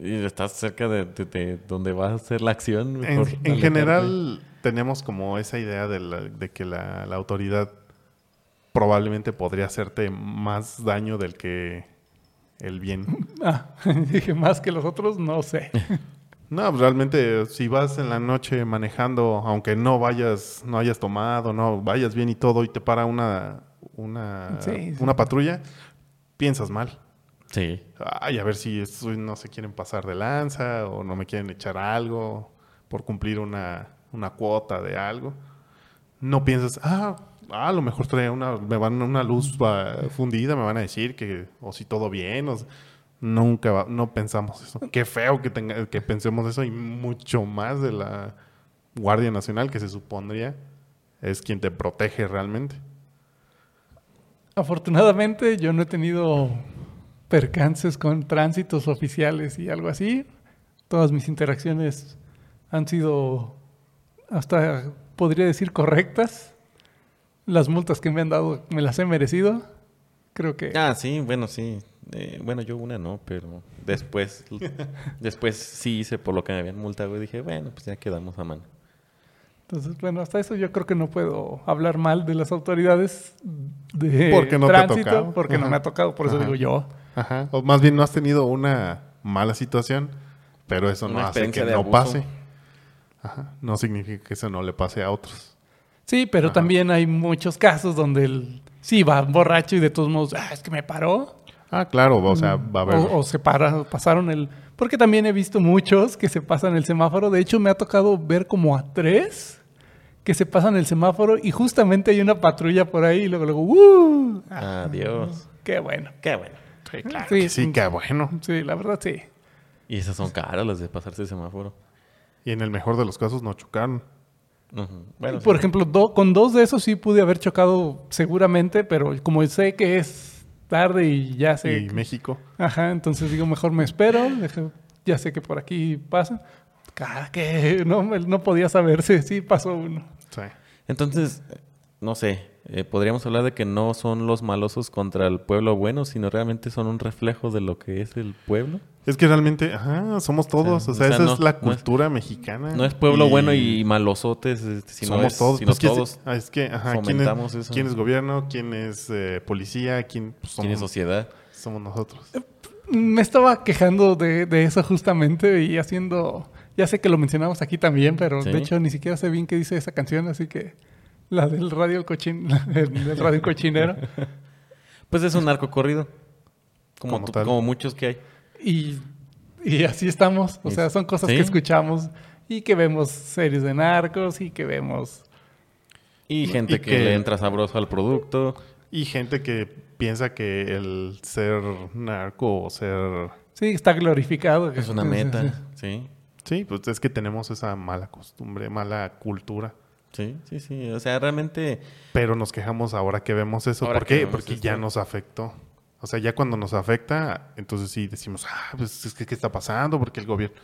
Speaker 3: y estás cerca de, de- de donde va a ser la acción.
Speaker 2: En,
Speaker 3: mejor
Speaker 2: en
Speaker 3: alejarte.
Speaker 2: general tenemos como esa idea de, la- de que la, la autoridad probablemente podría hacerte más daño del que el bien.
Speaker 1: Ah, dije, más que los otros, no sé.
Speaker 2: No, pues, realmente si vas en la noche manejando, aunque no vayas, no hayas tomado, no vayas bien y todo y te para una una,
Speaker 1: Sí, sí.
Speaker 2: una patrulla, piensas mal.
Speaker 3: Sí.
Speaker 2: Ay, a ver si estos no se quieren pasar de lanza o no me quieren echar algo por cumplir una, una cuota de algo. No piensas, ah, a lo mejor trae una, me van una luz va, fundida, me van a decir que, o si todo bien, o si- nunca, va- no pensamos eso. Qué feo que, tenga- que pensemos eso y mucho más de la Guardia Nacional que se supondría es quien te protege realmente.
Speaker 1: Afortunadamente yo no he tenido percances con tránsitos oficiales y algo así. Todas mis interacciones han sido hasta podría decir correctas. Las multas que me han dado me las he merecido. Creo que
Speaker 2: Eh,
Speaker 3: Ah, sí, bueno, sí. Eh, bueno, yo una no, pero después después sí hice por lo que me habían multado y dije, bueno, pues ya quedamos a mano.
Speaker 1: entonces bueno, hasta eso yo creo que no puedo hablar mal de las autoridades de
Speaker 2: Porque no te ha
Speaker 1: tránsito
Speaker 2: tocado.
Speaker 1: porque no
Speaker 2: Ajá.
Speaker 1: me ha tocado, por eso
Speaker 2: Ajá.
Speaker 1: digo yo.
Speaker 2: Ajá. O más bien no has tenido una mala situación, pero eso no
Speaker 3: Una
Speaker 2: hace que
Speaker 3: experiencia de
Speaker 2: no
Speaker 3: abuso.
Speaker 2: pase. Ajá. No significa que eso no le pase a otros.
Speaker 1: Sí, pero
Speaker 2: Ajá.
Speaker 1: también hay muchos casos donde el sí va borracho y de todos modos, "Ah, es que me paró.
Speaker 2: Ah, claro, o sea, va a haber.
Speaker 1: O, o se para- pasaron el... Porque también he visto muchos que se pasan el semáforo. De hecho, me ha tocado ver como a tres que se pasan el semáforo y justamente hay una patrulla por ahí y luego, luego, ¡uh!
Speaker 2: Ah.
Speaker 3: Adiós.
Speaker 1: ¡Qué bueno!
Speaker 3: Qué bueno.
Speaker 2: Sí, claro
Speaker 1: sí.
Speaker 2: que sí, qué bueno.
Speaker 1: Sí, la verdad sí.
Speaker 3: Y esas son caras las de pasarse el semáforo.
Speaker 2: Y en el mejor de los casos no chocaron.
Speaker 3: Ujú. Bueno,
Speaker 1: por
Speaker 3: sí.
Speaker 1: ejemplo, do- con dos de esos sí pude haber chocado seguramente, pero como sé que es tarde y ya sé...
Speaker 2: Y México.
Speaker 1: Ajá, entonces digo, mejor me espero, deje- ya sé que por aquí pasa. Cara, que no, me- no podía saberse, sí pasó uno.
Speaker 2: Sí.
Speaker 3: Entonces, no sé, eh, podríamos hablar de que no son los malosos contra el pueblo bueno, sino realmente son un reflejo de lo que es el pueblo.
Speaker 2: Es que realmente, ajá, somos todos.
Speaker 3: Sí,
Speaker 2: O sea,
Speaker 3: o sea,
Speaker 2: esa
Speaker 3: no-
Speaker 2: es la
Speaker 3: no es-
Speaker 2: cultura mexicana.
Speaker 3: No es pueblo bueno y malosotes, este,
Speaker 2: Ah.
Speaker 3: sino
Speaker 2: somos
Speaker 3: es-
Speaker 2: todos.
Speaker 3: sino
Speaker 2: Pues, ¿quién
Speaker 3: todos.
Speaker 2: Es, ah, es que, ajá, ¿quién es,
Speaker 3: fomentamos eso.
Speaker 2: quién es gobierno? ¿Quién es eh, policía? ¿Quién, pues,
Speaker 3: Tiene
Speaker 2: somos,
Speaker 3: sociedad.
Speaker 2: somos nosotros?
Speaker 1: Me estaba quejando de, de eso justamente y haciendo, ya sé que lo mencionamos aquí también, pero
Speaker 3: Sí.
Speaker 1: de hecho ni siquiera sé bien qué dice esa canción, así que la del radio, cochin, la del, del radio cochinero.
Speaker 3: Pues es un narco corrido. Como,
Speaker 2: Como
Speaker 3: tú-
Speaker 2: tal.
Speaker 3: como muchos que hay.
Speaker 1: Y, y así estamos. O
Speaker 3: Y-
Speaker 1: sea, son cosas
Speaker 3: sí.
Speaker 1: que escuchamos y que vemos series de narcos y que vemos.
Speaker 3: Y gente que,
Speaker 2: que-
Speaker 3: le entra sabroso al producto.
Speaker 2: Y gente que piensa que el ser narco o ser...
Speaker 1: Sí, está glorificado.
Speaker 3: Es una meta. Sí,
Speaker 2: Sí, pues es que tenemos esa mala costumbre, mala cultura.
Speaker 3: sí, sí, sí. O sea, realmente
Speaker 2: Pero nos quejamos ahora que vemos eso.
Speaker 3: Ahora
Speaker 2: ¿Por
Speaker 3: que
Speaker 2: qué?
Speaker 3: vemos
Speaker 2: Porque
Speaker 3: esto.
Speaker 2: ya nos afectó. O sea, ya cuando nos afecta, entonces sí decimos, ah, pues es que ¿qué está pasando? Porque el gobierno...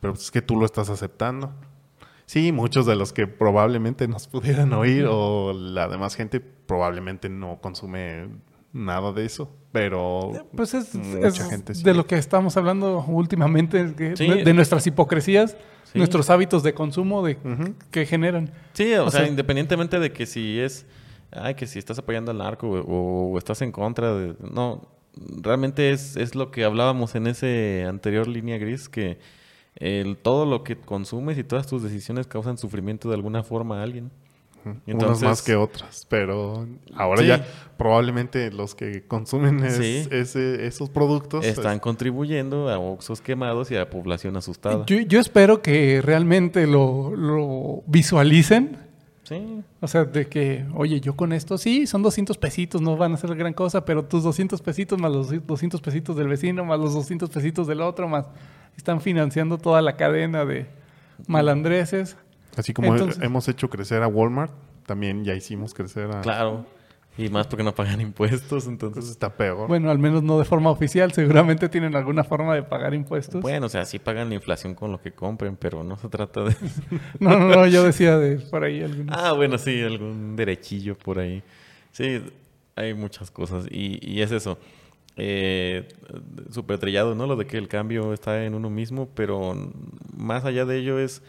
Speaker 2: Pero pues, es que tú lo estás aceptando. Sí, muchos de los que probablemente nos pudieran oír o la demás gente probablemente no consume nada de eso. Pero...
Speaker 1: Pues es,
Speaker 2: Mucha
Speaker 1: es
Speaker 2: gente sí.
Speaker 1: de lo que estamos hablando últimamente, que-
Speaker 3: Sí.
Speaker 1: de nuestras hipocresías,
Speaker 3: Sí.
Speaker 1: nuestros hábitos de consumo de,
Speaker 2: Ujú.
Speaker 1: que generan.
Speaker 3: Sí, o,
Speaker 1: O
Speaker 3: sea,
Speaker 1: sea-
Speaker 3: independientemente de que si es, ay, que si estás apoyando al narco o, o estás en contra de, no, realmente es, es lo que hablábamos en ese anterior línea gris que el, todo lo que consumes y todas tus decisiones causan sufrimiento de alguna forma a alguien.
Speaker 2: Unas más
Speaker 3: Entonces-
Speaker 2: que otras, pero ahora
Speaker 3: Sí.
Speaker 2: ya probablemente los que consumen es-
Speaker 3: Sí.
Speaker 2: ese- esos productos es-
Speaker 3: Están contribuyendo a oxos quemados y a población asustada.
Speaker 1: Yo, yo espero que realmente lo, lo visualicen.
Speaker 3: Sí,
Speaker 1: O sea, de que, oye, yo con esto sí, son 200 pesitos, no van a ser gran cosa, pero tus 200 pesitos más los 200 pesitos del vecino, más los 200 pesitos del otro, más están financiando toda la cadena de malandreses.
Speaker 2: así como
Speaker 1: Entonces-
Speaker 2: hemos hecho crecer a Walmart, también ya hicimos crecer
Speaker 1: Ah.
Speaker 2: a
Speaker 3: claro. Y más porque no pagan impuestos, entonces...
Speaker 2: entonces está peor.
Speaker 1: Bueno, al menos no de forma oficial, seguramente tienen alguna forma de pagar impuestos.
Speaker 3: Bueno, o sea, sí pagan la inflación con lo que compren, pero no se trata de...
Speaker 1: No, no, no, yo decía de por ahí alguna.
Speaker 3: Ah, bueno, sí, algún derechillo por ahí. Sí, hay muchas cosas. Y, y es eso. Eh, Súper trillado, ¿no? Lo de que el cambio está en uno mismo, pero más allá de ello es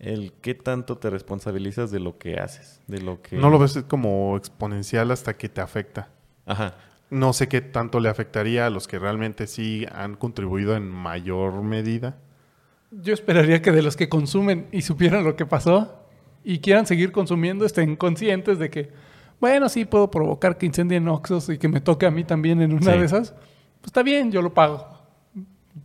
Speaker 3: el qué tanto te responsabilizas de lo que haces, de lo que...
Speaker 2: no lo ves como exponencial hasta que te afecta.
Speaker 3: Ajá.
Speaker 2: No sé qué tanto le afectaría a los que realmente sí han contribuido en mayor medida.
Speaker 1: Yo esperaría que de los que consumen y supieran lo que pasó y quieran seguir consumiendo estén conscientes de que, bueno, sí puedo provocar que incendien Oxos y que me toque a mí también en una
Speaker 3: Sí.
Speaker 1: de esas. Pues está bien, yo lo pago.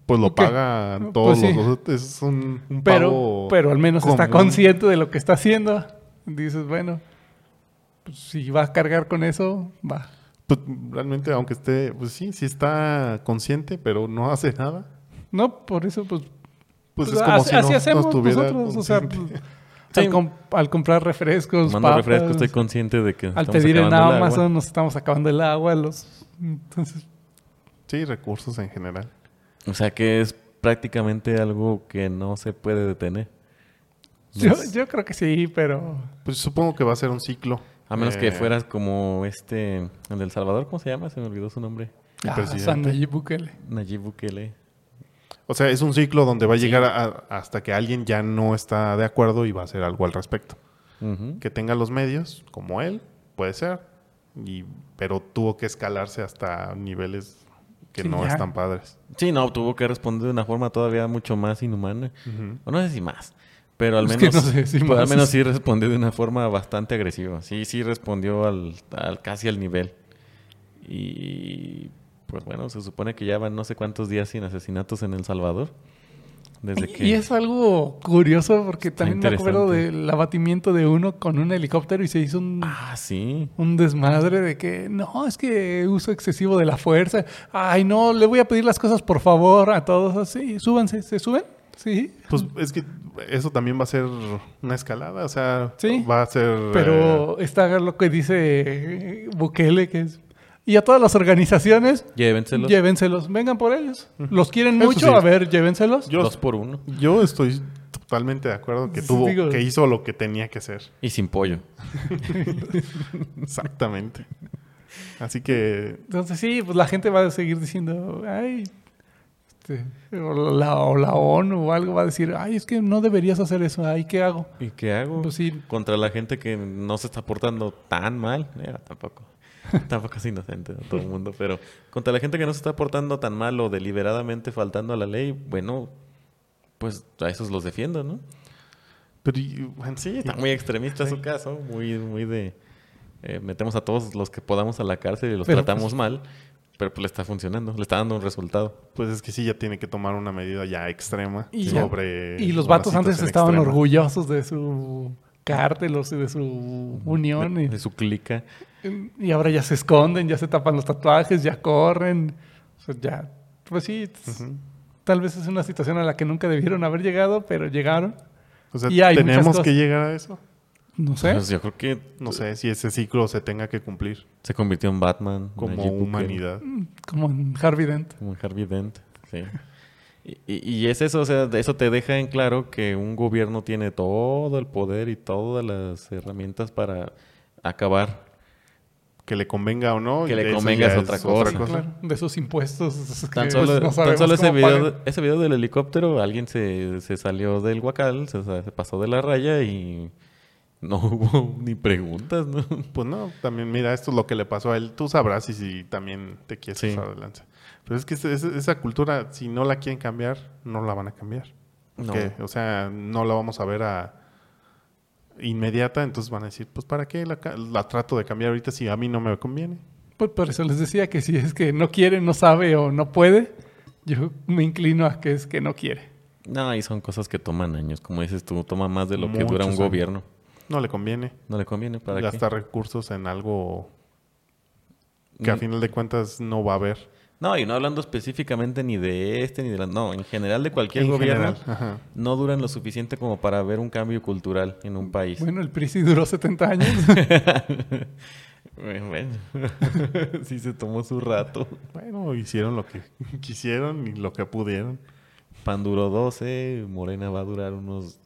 Speaker 2: Pues lo
Speaker 1: Ok.
Speaker 2: pagan todos
Speaker 1: Pues sí.
Speaker 2: los dos. Es un, un
Speaker 1: Pero,
Speaker 2: pago
Speaker 1: pero al menos está
Speaker 2: común.
Speaker 1: consciente de lo que está haciendo. Dices, bueno, pues, si va a cargar con eso, va.
Speaker 2: Pues realmente, aunque esté, pues sí, sí está consciente, pero no hace nada.
Speaker 1: No, por eso, pues
Speaker 2: Pues,
Speaker 1: Pues
Speaker 2: es como
Speaker 1: así,
Speaker 2: si no,
Speaker 1: así
Speaker 2: no
Speaker 1: hacemos
Speaker 2: estuviera
Speaker 1: nosotros, o sea,
Speaker 2: consciente.
Speaker 1: pues,
Speaker 3: Sí.
Speaker 1: al, com- al comprar refrescos,
Speaker 3: Mando
Speaker 1: papas,
Speaker 3: refresco, estoy consciente de que...
Speaker 1: al
Speaker 3: estamos
Speaker 1: pedir en
Speaker 3: acabando el agua.
Speaker 1: Amazon nos estamos acabando el agua, los entonces
Speaker 2: Sí, recursos en general.
Speaker 3: O sea que es prácticamente algo que no se puede detener. No
Speaker 1: yo,
Speaker 3: es-
Speaker 1: yo creo que sí, pero
Speaker 2: Pues supongo que va a ser un ciclo.
Speaker 3: A menos
Speaker 2: Eh,
Speaker 3: que fueras como este, el del Salvador, ¿cómo se llama? Se me olvidó su nombre.
Speaker 2: El
Speaker 1: ah,
Speaker 2: presidente.
Speaker 1: San Nayib Bukele.
Speaker 3: Nayib Bukele.
Speaker 2: O sea, es un ciclo donde va a llegar a- a- hasta que alguien ya no está de acuerdo y va a hacer algo al respecto.
Speaker 3: Ujú.
Speaker 2: Que tenga los medios, como él, puede ser. Y, pero tuvo que escalarse hasta niveles que
Speaker 1: Sí,
Speaker 2: no
Speaker 1: ya.
Speaker 2: están padres.
Speaker 3: Sí, no, tuvo que responder de una forma todavía mucho más inhumana. O no sé si más. Pero al
Speaker 1: Es
Speaker 3: menos,
Speaker 1: que no sé si
Speaker 3: pero al
Speaker 1: más.
Speaker 3: menos sí respondió de una forma bastante agresiva. Sí, sí respondió al, al- casi al nivel. Y pues bueno, se supone que ya van no sé cuántos días sin asesinatos en El Salvador. Desde
Speaker 1: Y-
Speaker 3: que...
Speaker 1: Y es algo curioso porque
Speaker 3: Está
Speaker 1: también me acuerdo
Speaker 3: interesante.
Speaker 1: del abatimiento de uno con un helicóptero y se hizo un
Speaker 3: Ah, sí.
Speaker 1: un desmadre de que no, es que uso excesivo de la fuerza. Ay, no, le voy a pedir las cosas por favor a todos así. Súbanse, ¿se suben? Sí.
Speaker 2: Pues es que eso también va a ser una escalada. O sea,
Speaker 1: Sí.
Speaker 2: va a ser. eh,
Speaker 1: Pero está lo que dice eh, Bukele, que es... Y a todas las organizaciones,
Speaker 3: Llévenselos.
Speaker 1: llévenselos, vengan por ellos. Los quieren
Speaker 2: Eso
Speaker 1: mucho,
Speaker 2: sí.
Speaker 1: a ver, llévenselos.
Speaker 2: yo-
Speaker 3: Dos por uno.
Speaker 2: Yo estoy totalmente de acuerdo que
Speaker 1: Sí,
Speaker 2: tuvo,
Speaker 1: digo-
Speaker 2: que hizo lo que tenía que hacer.
Speaker 3: Y sin pollo.
Speaker 2: Exactamente. Así que
Speaker 1: Entonces sí, pues la gente va a seguir diciendo, ay, este, o, la, o la ONU o algo va a decir, ay, es que no deberías hacer eso, ay, ¿qué hago?
Speaker 3: ¿Y qué hago?
Speaker 1: Pues sí.
Speaker 3: Contra la gente que no se está portando tan mal. Mira, tampoco. Tampoco es inocente ¿no? todo el mundo, pero contra la gente que no se está portando tan mal o deliberadamente faltando a la ley, bueno, pues a esos los defiendo, ¿no?
Speaker 2: pero y- bueno,
Speaker 3: Sí, está muy extremista su caso, muy, muy de eh, metemos a todos los que podamos a la cárcel y los
Speaker 1: Pero,
Speaker 3: tratamos mal, Pero pues le está funcionando, le está dando un resultado.
Speaker 2: Pues es que sí, ya tiene que tomar una medida ya extrema
Speaker 1: Y ya-
Speaker 2: sobre.
Speaker 1: Y los
Speaker 2: Eh, una
Speaker 1: vatos antes
Speaker 2: situación
Speaker 1: estaban
Speaker 2: extrema.
Speaker 1: orgullosos de su cártel o de su unión.
Speaker 3: De,
Speaker 1: y-
Speaker 3: de su clica.
Speaker 1: Y ahora ya se esconden, ya se tapan los tatuajes, ya corren. O sea, ya. Pues sí, t-
Speaker 2: Ujú.
Speaker 1: tal vez es una situación a la que nunca debieron haber llegado, pero llegaron.
Speaker 2: O sea,
Speaker 1: Y hay muchas
Speaker 2: tenemos que
Speaker 1: cosas.
Speaker 2: llegar a eso.
Speaker 1: No sé.
Speaker 3: Pues yo creo que
Speaker 2: No sé si ese ciclo se tenga que cumplir
Speaker 3: se convirtió en Batman.
Speaker 2: como
Speaker 3: Nayib Bukele,
Speaker 2: humanidad.
Speaker 1: Como en Harvey Dent.
Speaker 3: Como en Harvey Dent, sí. Y, y- y es eso, o sea, de eso te deja en claro que un gobierno tiene todo el poder y todas las herramientas para acabar.
Speaker 2: Que le convenga o no.
Speaker 3: Que le
Speaker 2: eso
Speaker 3: convenga
Speaker 2: ya
Speaker 3: es otra cosa.
Speaker 1: Claro, de sus impuestos. que,
Speaker 3: Tan
Speaker 1: pues,
Speaker 3: solo,
Speaker 1: no
Speaker 3: tan
Speaker 1: sabemos
Speaker 3: solo ese,
Speaker 1: cómo
Speaker 3: video,
Speaker 1: pagan.
Speaker 3: ese video del helicóptero, alguien se, se salió del huacal, se, se pasó de la raya y no hubo ni preguntas, ¿no?
Speaker 2: Pues no, también mira, esto es lo que le pasó a él. Tú sabrás si, si también te quieres
Speaker 3: Sí.
Speaker 2: pasar de lanza. Pero es que ese- ese- esa cultura, si no la quieren cambiar, no la van a cambiar.
Speaker 3: No.
Speaker 2: Porque, O sea, no la vamos a ver a inmediata, entonces van a decir, pues ¿para qué la, ca- la trato de cambiar ahorita si a mí no me conviene?
Speaker 1: Pues por eso les decía que si es que no quiere, no sabe o no puede, yo me inclino a que es que no quiere.
Speaker 3: No, y son cosas que toman años, como dices tú, toma más de lo que
Speaker 2: Muchos
Speaker 3: dura un
Speaker 2: años.
Speaker 3: gobierno.
Speaker 2: No le conviene
Speaker 3: No le conviene para qué?
Speaker 2: gastar recursos en algo que a
Speaker 3: Ni-
Speaker 2: final de cuentas no va a haber.
Speaker 3: No, y no hablando específicamente ni de este ni de la... No, en general de cualquier
Speaker 2: En
Speaker 3: gobierno
Speaker 2: general, ajá.
Speaker 3: no duran lo suficiente como para ver un cambio cultural en un país.
Speaker 1: Bueno, el PRI sí duró 70 años.
Speaker 3: Bueno, bueno. sí se tomó su rato.
Speaker 2: Bueno, hicieron lo que quisieron y lo que pudieron.
Speaker 3: Pan duró 12, Morena va a durar unos,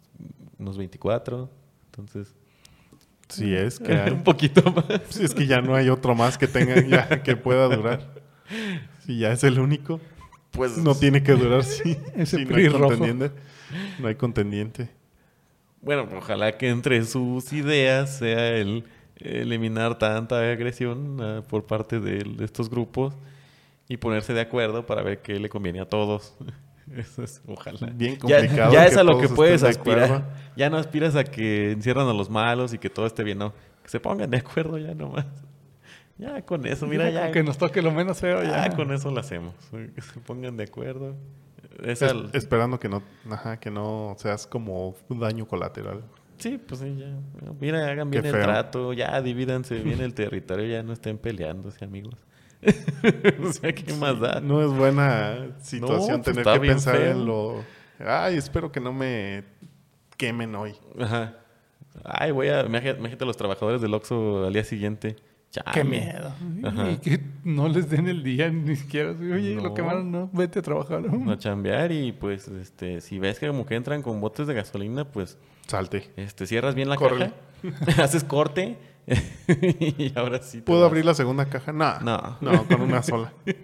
Speaker 3: unos 24. Entonces,
Speaker 2: Si es que hay-
Speaker 3: un poquito más.
Speaker 2: Si es que ya no hay otro más que tenga ya que pueda durar. Si ya es el único,
Speaker 3: Pues
Speaker 2: no tiene que durar si,
Speaker 1: Ese
Speaker 2: si no hay
Speaker 1: PRI rojo.
Speaker 2: contendiente. No hay contendiente.
Speaker 3: Bueno, pues, ojalá que entre sus ideas sea el eliminar tanta agresión ah, por parte de, de estos grupos y ponerse de acuerdo para ver qué le conviene a todos. Eso es, ojalá.
Speaker 2: Bien
Speaker 3: Ya-
Speaker 2: complicado
Speaker 3: Ya,
Speaker 2: que
Speaker 3: es a lo
Speaker 2: todos
Speaker 3: que puedes
Speaker 2: estén de acuerdo.
Speaker 3: aspirar. Ya no aspiras a que encierran a los malos y que todo esté bien, no. Que se pongan de acuerdo ya nomás. Ya con eso, mira, ya,
Speaker 1: Que nos toque lo menos feo.
Speaker 3: ya
Speaker 1: Ya,
Speaker 3: con eso lo hacemos. Que se pongan de acuerdo. Es
Speaker 2: Es-
Speaker 3: al-
Speaker 2: esperando que no, ajá, que no seas como un daño colateral.
Speaker 3: Sí, pues sí, ya. Mira, hagan
Speaker 2: Qué
Speaker 3: bien el
Speaker 2: feo.
Speaker 3: trato, ya divídanse bien el territorio, ya no estén peleándose, amigos. o sea, ¿qué más da?
Speaker 2: No es buena situación
Speaker 3: pues,
Speaker 2: tener
Speaker 3: está
Speaker 2: que
Speaker 3: bien
Speaker 2: pensar
Speaker 3: feo.
Speaker 2: en lo. Ay, espero que no me quemen hoy.
Speaker 3: Ajá. Ay, voy a. imagi- Imagínate a los trabajadores del Oxxo al día siguiente. Chale.
Speaker 1: Ah, Qué miedo.
Speaker 3: Ah, Ajá.
Speaker 1: Y que no les den el día ni siquiera. así, Oye,
Speaker 3: No.
Speaker 1: lo quemaron, no, vete a trabajar.
Speaker 3: A chambear y pues, este, si ves que como que entran con botes de gasolina, pues,
Speaker 2: Salte.
Speaker 3: este, cierras bien la
Speaker 2: Córrele.
Speaker 3: caja, haces corte y ahora sí. te
Speaker 2: ¿Puedo
Speaker 3: vas.
Speaker 2: abrir la segunda caja? No.
Speaker 3: No.
Speaker 2: No, con una sola.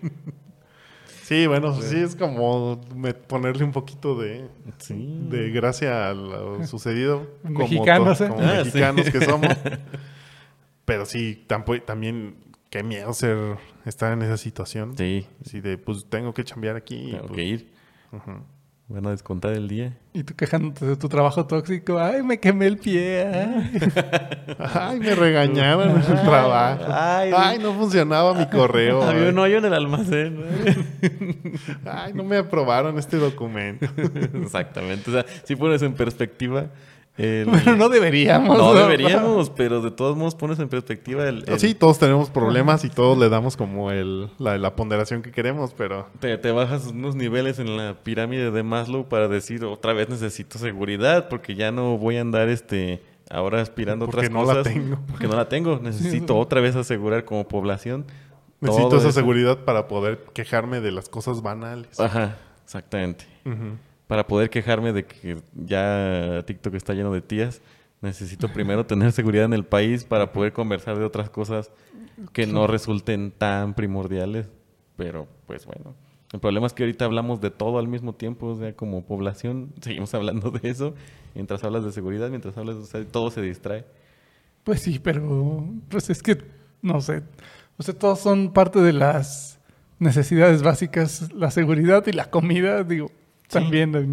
Speaker 2: Sí, bueno, sí es como me- ponerle un poquito de,
Speaker 3: Sí.
Speaker 2: de gracia a lo sucedido. como
Speaker 1: Mexicanos,
Speaker 2: to-
Speaker 1: ¿eh?
Speaker 2: como
Speaker 3: Ah, sí.
Speaker 2: mexicanos que somos. Pero sí, tampo- también qué miedo ser, estar en esa situación. Sí.
Speaker 3: Sí,
Speaker 2: de, pues tengo que chambear aquí. y,
Speaker 3: tengo
Speaker 2: pues,
Speaker 3: que ir.
Speaker 2: ujú.
Speaker 3: Van a descontar el día.
Speaker 1: Y tú quejándote de tu trabajo tóxico. Ay, me quemé el pie. ah. ay".
Speaker 2: Ay, me regañaron en el trabajo.
Speaker 3: ay.
Speaker 2: Ay, no funcionaba mi correo.
Speaker 3: Había
Speaker 2: Ay.
Speaker 3: un hoyo en el almacén.
Speaker 2: Ay, no me aprobaron este documento.
Speaker 3: Exactamente. O sea, si pones en perspectiva. el-
Speaker 1: Pero no deberíamos.
Speaker 3: No deberíamos, pero de todos modos pones en perspectiva el. el-
Speaker 2: Pues Sí, todos tenemos problemas y todos le damos como el, la, la ponderación que queremos, pero
Speaker 3: Te, te bajas unos niveles en la pirámide de Maslow para decir otra vez necesito seguridad porque ya no voy a andar este ahora aspirando a
Speaker 2: Porque
Speaker 3: otras
Speaker 2: no la
Speaker 3: cosas.
Speaker 2: tengo.
Speaker 3: Porque no la tengo. Necesito otra vez asegurar como población.
Speaker 2: necesito
Speaker 3: todo
Speaker 2: esa
Speaker 3: eso. Ah.
Speaker 2: seguridad para poder quejarme de las cosas banales.
Speaker 3: Ajá, exactamente.
Speaker 2: Ujú.
Speaker 3: Para poder quejarme de que ya TikTok está lleno de tías, necesito primero tener seguridad en el país para poder conversar de otras cosas que no resulten tan primordiales. Pero, pues bueno. El problema es que ahorita hablamos de todo al mismo tiempo, o sea, como población seguimos hablando de eso. Mientras hablas de seguridad, mientras hablas, o sea, todo se distrae.
Speaker 1: Pues sí, pero pues es que no sé. O sea, todos son parte de las necesidades básicas, la seguridad y la comida, digo, también. eh,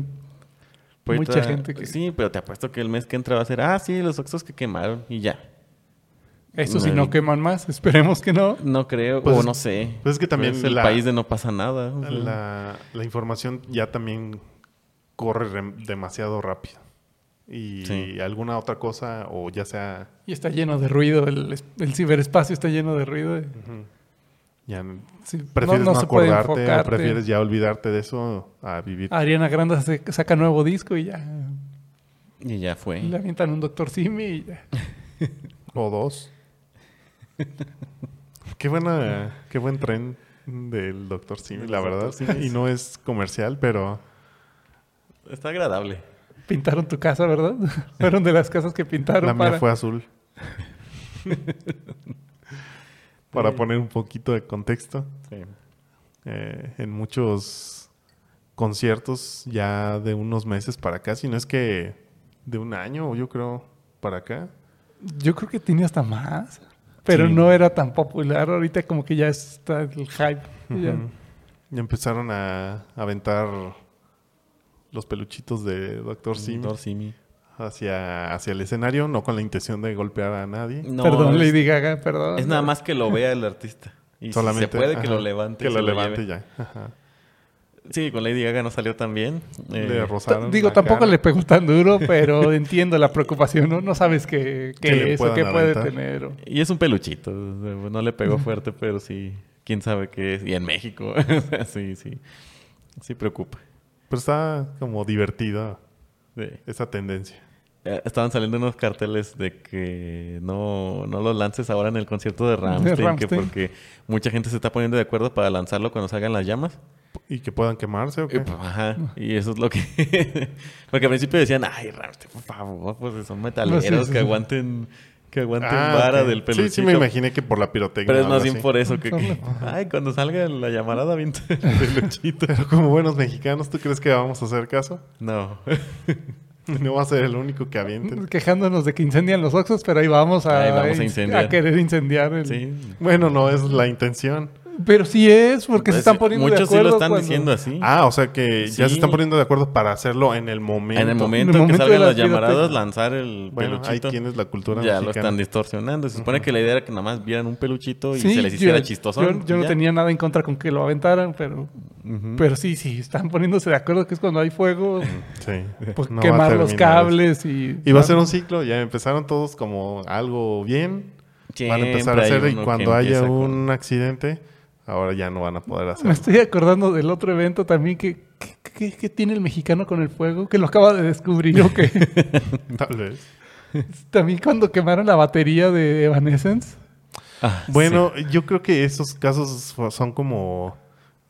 Speaker 3: Pues
Speaker 1: Mucha
Speaker 3: ahorita-
Speaker 1: gente que-
Speaker 3: Sí, pero te apuesto que el mes que entra va a ser, ah, sí, los oxos que quemaron y ya.
Speaker 1: Eso si no queman más, esperemos que no.
Speaker 3: No creo,
Speaker 2: Pues
Speaker 3: o
Speaker 2: es-
Speaker 3: no sé.
Speaker 2: pues es que también
Speaker 3: Es el
Speaker 2: la-
Speaker 3: país de no pasa nada. o sea.
Speaker 2: La, la información ya también corre rem- demasiado rápido. Y
Speaker 3: Sí.
Speaker 2: alguna otra cosa, o ya sea,
Speaker 1: Y está lleno de ruido, el, es- el ciberespacio está lleno de ruido. eh.
Speaker 2: ya
Speaker 1: Sí,
Speaker 2: prefieres no,
Speaker 1: se puede
Speaker 2: acordarte, o
Speaker 1: enfocarte.
Speaker 2: prefieres ya olvidarte de eso a vivir.
Speaker 1: Ariana Grande se- saca nuevo disco y ya.
Speaker 3: Y ya fue.
Speaker 1: Le avientan un Doctor Simi y ya.
Speaker 2: O dos. qué buena, qué buen tren del Dr. Simi,
Speaker 3: Del
Speaker 2: la
Speaker 3: Dr.
Speaker 2: verdad.
Speaker 3: Simi.
Speaker 2: Y no es comercial, pero
Speaker 3: Está agradable.
Speaker 1: Pintaron tu casa, ¿verdad? Fueron de las casas que pintaron
Speaker 2: la mía
Speaker 1: para...
Speaker 2: fue azul. Para poner un poquito de contexto. eh, en muchos conciertos ya de unos meses para acá, si no es que de un año, yo creo, para acá.
Speaker 1: Yo creo que tiene hasta más, pero
Speaker 3: Sí.
Speaker 1: no era tan popular. Ahorita como que ya está el hype. y ya.
Speaker 2: Ujú. Y empezaron a aventar los peluchitos de Dr. Sim
Speaker 3: Doctor Simi.
Speaker 2: hacia, hacia el escenario, no con la intención de golpear a nadie.
Speaker 3: No,
Speaker 1: perdón,
Speaker 3: es,
Speaker 1: Lady Gaga, perdón.
Speaker 3: es nada más que lo vea el artista. Y si se puede, que
Speaker 2: ajá,
Speaker 3: lo levante. y
Speaker 2: Que
Speaker 3: se
Speaker 2: lo
Speaker 3: lleve.
Speaker 2: levante ya. ajá.
Speaker 3: Sí, con Lady Gaga no salió tan bien. Eh,
Speaker 2: Le
Speaker 1: Ta-
Speaker 2: rozaron.
Speaker 1: Digo,
Speaker 2: la
Speaker 1: tampoco
Speaker 2: cara.
Speaker 1: le pegó tan duro, pero entiendo la preocupación, ¿no? No sabes qué, qué
Speaker 2: Que le
Speaker 1: es o qué
Speaker 2: puedan
Speaker 1: puede
Speaker 2: aventar.
Speaker 1: tener. o-
Speaker 3: y es un peluchito. o sea, No le pegó fuerte, pero sí. Quién sabe qué es. Y en México. o sea, sí, sí. Sí preocupa.
Speaker 2: Pero está como divertida
Speaker 3: Sí.
Speaker 2: esa tendencia.
Speaker 3: Eh, Estaban saliendo unos carteles de que no, no los lances ahora en el concierto de Ramstein, que
Speaker 1: Rammstein.
Speaker 3: porque mucha gente se está poniendo de acuerdo para lanzarlo cuando salgan las llamas.
Speaker 2: Y que puedan quemarse o
Speaker 3: Y,
Speaker 2: qué.
Speaker 3: pues, ajá, y eso es lo que... porque al principio decían, ay, Ramstein, por favor, pues son metaleros
Speaker 1: No, sí, sí,
Speaker 3: que
Speaker 1: sí.
Speaker 3: aguanten que aguanten
Speaker 2: Ah,
Speaker 3: vara
Speaker 2: ok.
Speaker 3: del peluchito.
Speaker 2: Sí, sí, me imaginé que por la pirotecnia.
Speaker 3: Pero es
Speaker 2: o algo
Speaker 3: más bien
Speaker 2: así.
Speaker 3: por eso que,
Speaker 1: Son-
Speaker 3: que- ay, cuando salga la llamarada avienta el peluchito.
Speaker 2: Pero como buenos mexicanos, ¿tú crees que vamos a hacer caso?
Speaker 3: No.
Speaker 2: No va a ser el único que avienten.
Speaker 1: mm, Quejándonos de que incendian los Oxos, pero ahí vamos a,
Speaker 3: Ahí vamos a
Speaker 1: inc-
Speaker 3: incendiar.
Speaker 1: querer incendiar. el-
Speaker 3: Sí.
Speaker 2: Bueno, no es la intención.
Speaker 1: Pero sí es, porque se
Speaker 3: Pues,
Speaker 1: están poniendo de
Speaker 3: Muchos
Speaker 1: acuerdo.
Speaker 3: sí lo están
Speaker 1: cuando-
Speaker 3: diciendo así.
Speaker 2: Ah, o sea que ya
Speaker 3: Sí.
Speaker 2: se están poniendo de acuerdo para hacerlo en el momento.
Speaker 3: En el
Speaker 1: En
Speaker 3: momento,
Speaker 1: el
Speaker 3: que
Speaker 1: momento
Speaker 3: salgan
Speaker 1: de la
Speaker 3: las llamaradas,
Speaker 1: pirotecnia.
Speaker 3: lanzar el
Speaker 2: Bueno, ahí
Speaker 3: peluchito.
Speaker 2: tienes la cultura
Speaker 3: Ya lo
Speaker 2: mexicana.
Speaker 3: están distorsionando. Se supone que la idea era que nada más vieran un peluchito y
Speaker 1: Sí,
Speaker 3: se les hiciera
Speaker 1: yo-
Speaker 3: chistoso.
Speaker 1: Yo, yo no tenía nada en contra con que lo aventaran, pero, pero sí, sí, están poniéndose de acuerdo que es cuando hay fuego,
Speaker 2: Sí.
Speaker 1: pues,
Speaker 2: No va a
Speaker 1: quemar los
Speaker 2: terminar
Speaker 1: cables y...
Speaker 2: eso. Y va a ser un ciclo. Ya empezaron todos como algo bien. van a empezar a hacer. Y cuando haya un accidente, ahora ya no van a poder
Speaker 1: Me
Speaker 2: hacer.
Speaker 1: estoy acordando del otro evento también que... que- que- que tiene el mexicano con el fuego? Que lo acaba de descubrir. ¿o qué?
Speaker 2: Tal vez.
Speaker 1: También cuando quemaron la batería de Evanescence.
Speaker 2: Bueno, yo creo que esos casos fo- son como,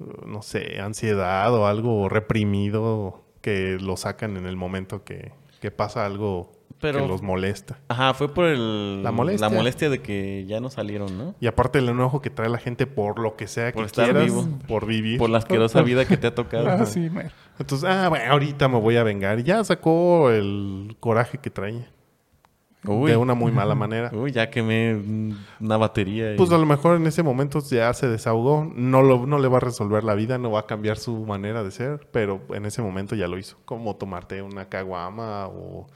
Speaker 2: uh, no sé, ansiedad o algo reprimido que lo sacan en el momento que, que pasa algo
Speaker 3: Pero-
Speaker 2: que los molesta.
Speaker 3: Ajá, fue por el...
Speaker 2: La molestia.
Speaker 3: de que ya no salieron, ¿no?
Speaker 2: Y aparte el enojo que trae la gente por lo que sea que
Speaker 3: Por estar
Speaker 2: quieras,
Speaker 3: vivo.
Speaker 2: por vivir.
Speaker 3: Por la asquerosa vida que te ha tocado.
Speaker 1: Ah, sí, mero.
Speaker 2: Entonces, ah, bueno, ahorita me voy a vengar. Y Ya sacó el coraje que traía.
Speaker 3: Uy,
Speaker 2: De una muy mala manera.
Speaker 3: uy, ya quemé un- una batería. y-
Speaker 2: Pues a lo mejor en ese momento ya se desahogó, no, lo, no le va a resolver la vida, no va a cambiar su manera de ser, pero en ese momento ya lo hizo. Como tomarte una caguama o,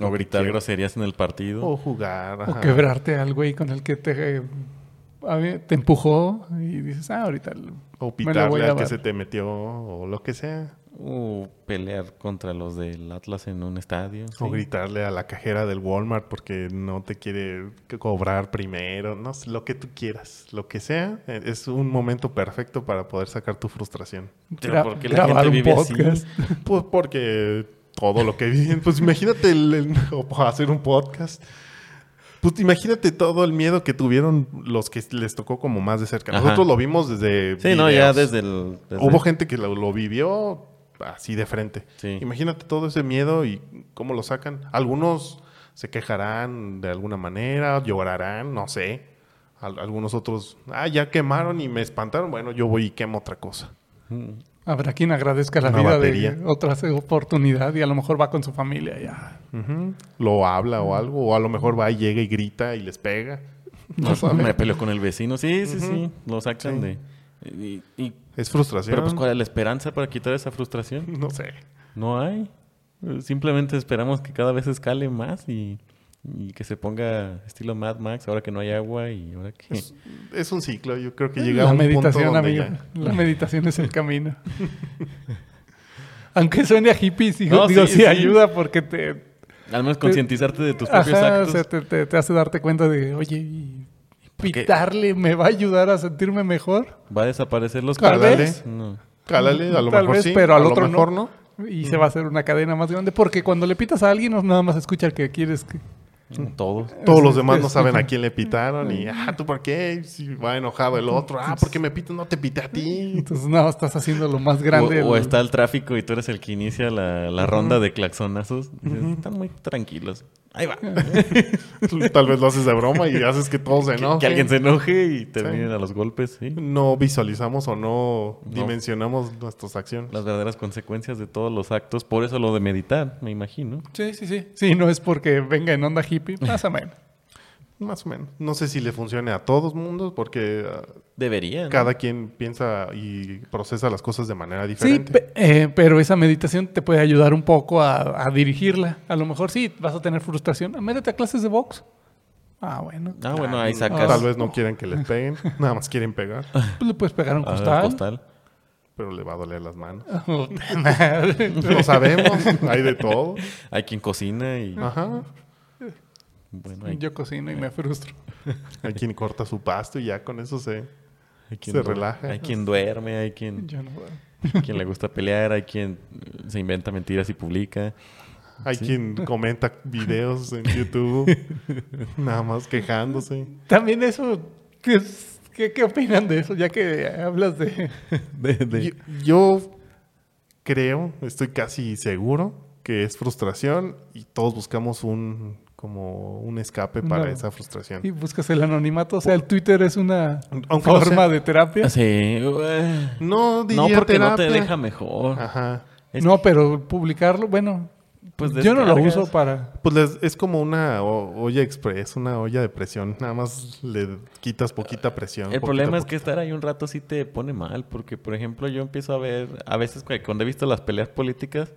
Speaker 3: o gritar groserías en el partido.
Speaker 2: o jugar.
Speaker 1: O
Speaker 2: ajá.
Speaker 1: quebrarte al güey con el que te, eh, a ver, te empujó y dices, ah, ahorita... lo-
Speaker 2: O
Speaker 1: me la voy
Speaker 2: pitarle
Speaker 1: a
Speaker 2: al que
Speaker 1: dar.
Speaker 2: se te metió o lo que sea.
Speaker 3: O pelear contra los del Atlas en un estadio.
Speaker 2: O
Speaker 3: sí.
Speaker 2: gritarle a la cajera del Walmart porque no te quiere c- cobrar primero, no sé, lo que tú quieras, lo que sea, eh, es un momento perfecto para poder sacar tu frustración.
Speaker 3: Pero
Speaker 1: gra-
Speaker 3: ¿por qué la
Speaker 1: grabar
Speaker 3: gente
Speaker 1: un
Speaker 3: vive así?
Speaker 1: podcast.
Speaker 2: Pues porque todo lo que viven, pues imagínate el, el- o hacer un podcast. Pues imagínate todo el miedo que tuvieron los que les tocó como más de cerca.
Speaker 3: Ajá.
Speaker 2: Nosotros lo vimos desde.
Speaker 3: Sí, no, ya
Speaker 2: videos.
Speaker 3: desde el... desde-
Speaker 2: Hubo gente que lo, lo vivió así de frente.
Speaker 3: Sí.
Speaker 2: Imagínate todo ese miedo y cómo lo sacan. Algunos se quejarán de alguna manera, llorarán, no sé. Al- algunos otros, ah, ya quemaron y me espantaron. Bueno, yo voy y quemo otra cosa.
Speaker 3: Mm.
Speaker 1: Habrá quien agradezca la
Speaker 2: Una
Speaker 1: vida
Speaker 2: batería.
Speaker 1: de otra oportunidad y a lo mejor va con su familia ya.
Speaker 2: Ujú. Lo habla o algo, o a lo mejor va y llega y grita y les pega.
Speaker 1: No sabe.
Speaker 3: Me peleó con el vecino. Sí, sí, sí. Lo sacan de. y- y-
Speaker 2: Es frustración.
Speaker 3: pero, pues, ¿cuál es la esperanza para quitar esa frustración?
Speaker 2: No sé.
Speaker 3: No hay. Simplemente esperamos que cada vez escale más y Y que se ponga estilo Mad Max, ahora que no hay agua y ahora que...
Speaker 1: Pues,
Speaker 2: Es, es un ciclo, yo creo que llega
Speaker 1: Eh, La
Speaker 2: a un punto
Speaker 1: meditación,
Speaker 2: donde
Speaker 1: amigo.
Speaker 2: ya-
Speaker 1: La meditación es el camino. Aunque suene a hippie, sí,
Speaker 3: No,
Speaker 1: digo,
Speaker 3: sí,
Speaker 1: sí,
Speaker 3: sí.
Speaker 1: ayuda porque te,
Speaker 3: Al menos concientizarte de tus propios
Speaker 1: eh, ajá, o
Speaker 3: actos.
Speaker 1: sea, te, te- te hace darte cuenta de, oye, y pitarle me va a ayudar a sentirme mejor.
Speaker 3: ¿Va a desaparecer los
Speaker 1: Tal
Speaker 3: colores? No.
Speaker 2: Cálale, a lo
Speaker 1: Tal
Speaker 2: mejor
Speaker 1: vez,
Speaker 2: sí,
Speaker 1: pero al
Speaker 2: a
Speaker 1: otro
Speaker 2: lo
Speaker 1: no.
Speaker 2: mejor no.
Speaker 1: Y se va a hacer una cadena más grande. Porque cuando le pitas a alguien, no nada más escucha el que quieres. Que...
Speaker 3: Todos.
Speaker 2: Todos
Speaker 1: Sí,
Speaker 2: los demás no
Speaker 1: sí,
Speaker 2: saben
Speaker 1: sí.
Speaker 2: a quién le pitaron y, ah, ¿tú por qué? Si va enojado el otro, ah, ¿por qué me pitas? No te pité a ti.
Speaker 1: Entonces, no, estás haciendo lo más grande.
Speaker 3: O, o
Speaker 1: el-
Speaker 3: está el tráfico y tú eres el que inicia la, la ronda de claxonazos. Dices, Están muy tranquilos. Ahí va.
Speaker 2: Tal vez lo haces de broma y haces que todos se
Speaker 3: Que-
Speaker 2: enojen.
Speaker 3: Que alguien se enoje y terminen a los golpes. ¿sí?
Speaker 2: No visualizamos o no,
Speaker 3: No.
Speaker 2: dimensionamos nuestras acciones.
Speaker 3: Las verdaderas consecuencias de todos los actos. Por eso lo de meditar, me imagino.
Speaker 1: Sí, sí, sí. Sí, no es porque venga en onda hippie, más o menos.
Speaker 2: Más o menos. No sé si le funcione a todos mundos porque ah,
Speaker 3: Debería. ¿no?
Speaker 2: cada quien piensa y procesa las cosas de manera
Speaker 1: Sí,
Speaker 2: diferente.
Speaker 1: pe- eh, pero esa meditación te puede ayudar un poco a, a dirigirla. A lo mejor sí, vas a tener frustración. Ah, Métete a clases de box. Ah, bueno.
Speaker 3: Ah, bueno, ahí sacas
Speaker 2: Tal vez no quieren que les peguen, nada más quieren pegar,
Speaker 1: Pues le puedes pegar un
Speaker 3: ah,
Speaker 1: costal.
Speaker 3: costal.
Speaker 2: pero le va a doler las manos. Lo
Speaker 1: Madre.
Speaker 2: sabemos, hay de todo.
Speaker 3: Hay quien cocina y...
Speaker 2: Ajá.
Speaker 3: Bueno, hay,
Speaker 1: Yo cocino y me frustro.
Speaker 2: Hay quien corta su pasto y ya con eso se...
Speaker 3: hay quien
Speaker 2: se
Speaker 3: du-
Speaker 2: relaja.
Speaker 3: Hay quien duerme, hay quien,
Speaker 1: Yo no puedo.
Speaker 3: quien le gusta pelear, hay quien eh, se inventa mentiras y publica.
Speaker 2: Hay
Speaker 3: Sí.
Speaker 2: quien comenta videos en YouTube, nada más quejándose.
Speaker 1: También eso, ¿qué, es- qué- qué opinan de eso? Ya que hablas de...
Speaker 3: De- de-
Speaker 2: Yo, yo creo, estoy casi seguro que es frustración y todos buscamos un como un escape para
Speaker 1: No.
Speaker 2: esa frustración.
Speaker 1: Y buscas el anonimato. O sea, el Twitter es una
Speaker 2: Aunque no
Speaker 1: forma
Speaker 2: sea-
Speaker 1: de terapia.
Speaker 3: Ah, Sí, eh,
Speaker 2: No diría
Speaker 3: No, porque no te
Speaker 2: terapia. Ah.
Speaker 3: deja mejor.
Speaker 2: Ajá.
Speaker 3: Es
Speaker 1: No, pero publicarlo, bueno,
Speaker 3: Pues
Speaker 1: yo no lo
Speaker 3: descargas.
Speaker 1: uso para...
Speaker 2: Pues les- es como una o- olla express, una olla de presión. Nada más le quitas poquita presión.
Speaker 3: El
Speaker 2: poquita,
Speaker 3: problema es que
Speaker 2: poquita.
Speaker 3: estar ahí un rato sí te pone mal, porque por ejemplo yo empiezo a ver, a veces cu- cuando he visto las peleas políticas,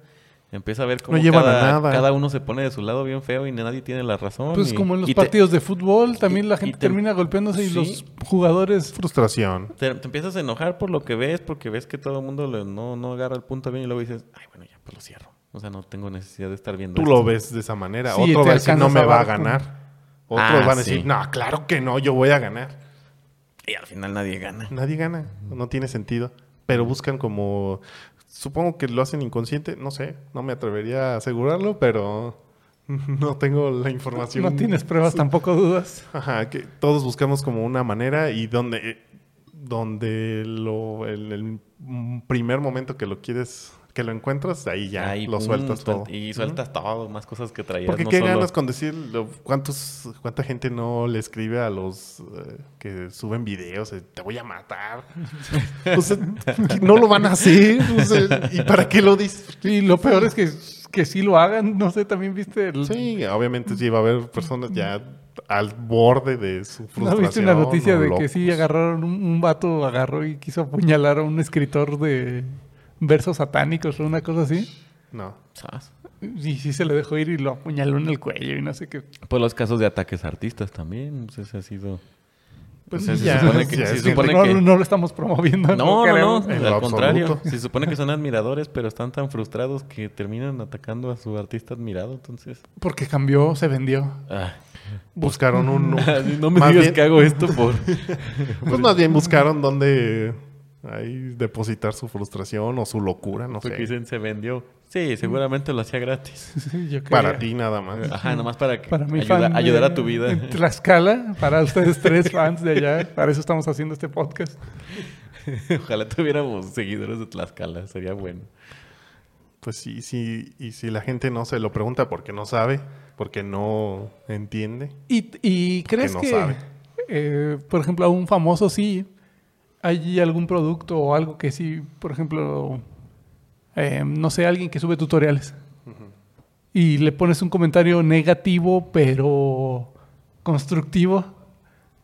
Speaker 3: empiezo a ver cómo
Speaker 2: llevan a
Speaker 3: cada,
Speaker 2: nada.
Speaker 3: cada uno se pone de su lado bien feo y nadie tiene la razón.
Speaker 1: Pues
Speaker 3: y-
Speaker 1: como en los
Speaker 3: y te-
Speaker 1: partidos de fútbol, también
Speaker 3: y-
Speaker 1: la gente
Speaker 3: y te-
Speaker 1: termina golpeándose y
Speaker 3: Sí.
Speaker 1: los jugadores...
Speaker 2: frustración.
Speaker 3: Te, te empiezas a enojar por lo que ves, porque ves que todo el mundo le- no, no agarra el punto bien y luego dices, ay, bueno, ya pues lo cierro. O sea, no tengo necesidad de estar viendo
Speaker 2: Tú
Speaker 3: esto".
Speaker 2: lo ves de esa manera.
Speaker 1: Sí,
Speaker 2: Otro
Speaker 1: te
Speaker 2: va a decir, no
Speaker 1: alcanzas
Speaker 2: me
Speaker 1: a
Speaker 2: va a
Speaker 1: dar con-
Speaker 2: ganar. Otros
Speaker 3: Ah,
Speaker 2: van a
Speaker 3: sí.
Speaker 2: decir, no, claro que no, yo voy a ganar.
Speaker 3: Y al final nadie gana.
Speaker 2: Nadie gana, no tiene sentido. Pero buscan como, supongo que lo hacen inconsciente, no sé, no me atrevería a asegurarlo, pero no tengo la información.
Speaker 1: No tienes pruebas, tampoco dudas.
Speaker 2: Ajá, que todos buscamos como una manera y donde, eh, donde lo, el, el primer momento que lo quieres, que lo encuentras, ahí ya
Speaker 3: Ahí,
Speaker 2: lo
Speaker 3: pum,
Speaker 2: sueltas todo.
Speaker 3: suel- Y sueltas todo, más cosas que traías.
Speaker 2: Porque
Speaker 3: no
Speaker 2: qué
Speaker 3: solo-
Speaker 2: ganas con decir lo- cuántos, cuánta gente no le escribe a los eh, que suben videos, eh, te voy a matar. O sea, no lo van a hacer. o sea, ¿Y para qué lo dices?
Speaker 1: Y lo peor es que, que sí lo hagan. No sé, también viste... el-
Speaker 2: Sí, obviamente sí va a haber personas ya al borde de su
Speaker 1: ¿No
Speaker 2: frustración.
Speaker 1: viste una noticia
Speaker 2: o
Speaker 1: de que
Speaker 2: locos.
Speaker 1: sí agarraron un, un vato, agarró y quiso apuñalar a un escritor de versos satánicos o una cosa así?
Speaker 2: No.
Speaker 3: Sas.
Speaker 1: Y sí se le dejó ir y lo apuñaló en el cuello y no sé qué.
Speaker 3: Pues los casos de ataques a artistas también, pues ese ha sido...
Speaker 2: Pues
Speaker 3: O sea,
Speaker 2: sí,
Speaker 3: se
Speaker 2: ya,
Speaker 3: supone que-
Speaker 2: ya
Speaker 3: se
Speaker 2: es
Speaker 3: supone
Speaker 2: gente-
Speaker 1: no,
Speaker 3: que-
Speaker 1: no lo estamos promoviendo.
Speaker 3: No, no,
Speaker 1: queremos.
Speaker 3: no,
Speaker 2: En
Speaker 3: al
Speaker 2: lo
Speaker 3: contrario.
Speaker 2: absoluto.
Speaker 3: Se supone que son admiradores, pero están tan frustrados que terminan atacando a su artista admirado, entonces...
Speaker 1: Porque cambió, se vendió.
Speaker 3: ah.
Speaker 2: buscaron un...
Speaker 3: no me
Speaker 2: más
Speaker 3: digas
Speaker 2: bien-
Speaker 3: que hago esto por...
Speaker 2: Pues más bien buscaron dónde ahí depositar su frustración o su locura, no
Speaker 3: Porque
Speaker 2: sé.
Speaker 3: dicen, se vendió. Sí, seguramente lo hacía gratis.
Speaker 1: Sí, yo creo.
Speaker 2: Para ti nada más.
Speaker 3: Ajá, nomás para, que
Speaker 1: Para mi
Speaker 3: ayuda-
Speaker 1: fan de-
Speaker 3: ayudar a tu vida.
Speaker 1: En Tlaxcala, para ustedes tres fans de allá. Para eso estamos haciendo este podcast.
Speaker 3: Ojalá tuviéramos seguidores de Tlaxcala, sería bueno.
Speaker 2: Pues sí, sí, y si la gente no se lo pregunta porque no sabe, porque no entiende.
Speaker 1: ¿Y, y crees
Speaker 2: no
Speaker 1: que,
Speaker 2: sabe.
Speaker 1: eh, por ejemplo, a un famoso sí, hay algún producto o algo que sí, por ejemplo, eh, no sé, alguien que sube tutoriales y le pones un comentario negativo pero constructivo?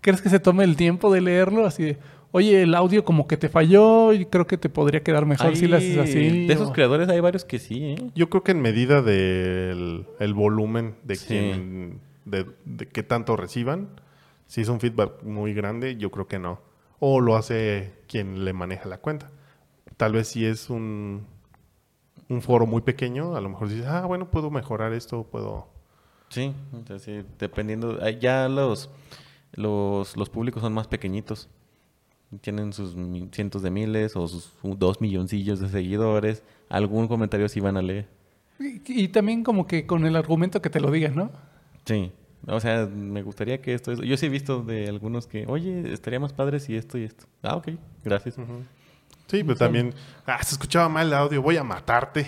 Speaker 1: ¿Crees que se tome el tiempo de leerlo? Así de, oye, el audio como que te falló y creo que te podría quedar mejor si lo haces
Speaker 3: Hay-
Speaker 1: así.
Speaker 3: De esos
Speaker 1: o-
Speaker 3: creadores hay varios que sí, ¿eh?
Speaker 2: Yo creo que en medida del el volumen de
Speaker 3: Sí.
Speaker 2: quien de, de qué tanto reciban. Si es un feedback muy grande, yo creo que no. O lo hace quien le maneja la cuenta. Tal vez si es un, un foro muy pequeño, a lo mejor dices, ah, bueno, puedo mejorar esto, puedo...
Speaker 3: Sí, entonces, sí, dependiendo. ah, Ya los, los, los públicos son más pequeñitos. Tienen sus mi- cientos de miles o sus u- dos milloncillos de seguidores. Algún comentario sí van a leer.
Speaker 1: Y, y también como que con el argumento que te lo digan, ¿no?
Speaker 3: Sí. O sea, me gustaría que esto, esto- Yo sí he visto de algunos que, oye, estaría más padre si esto y esto. Ah, ok, gracias.
Speaker 2: Sí, pero también, ah, se escuchaba mal el audio, voy a matarte.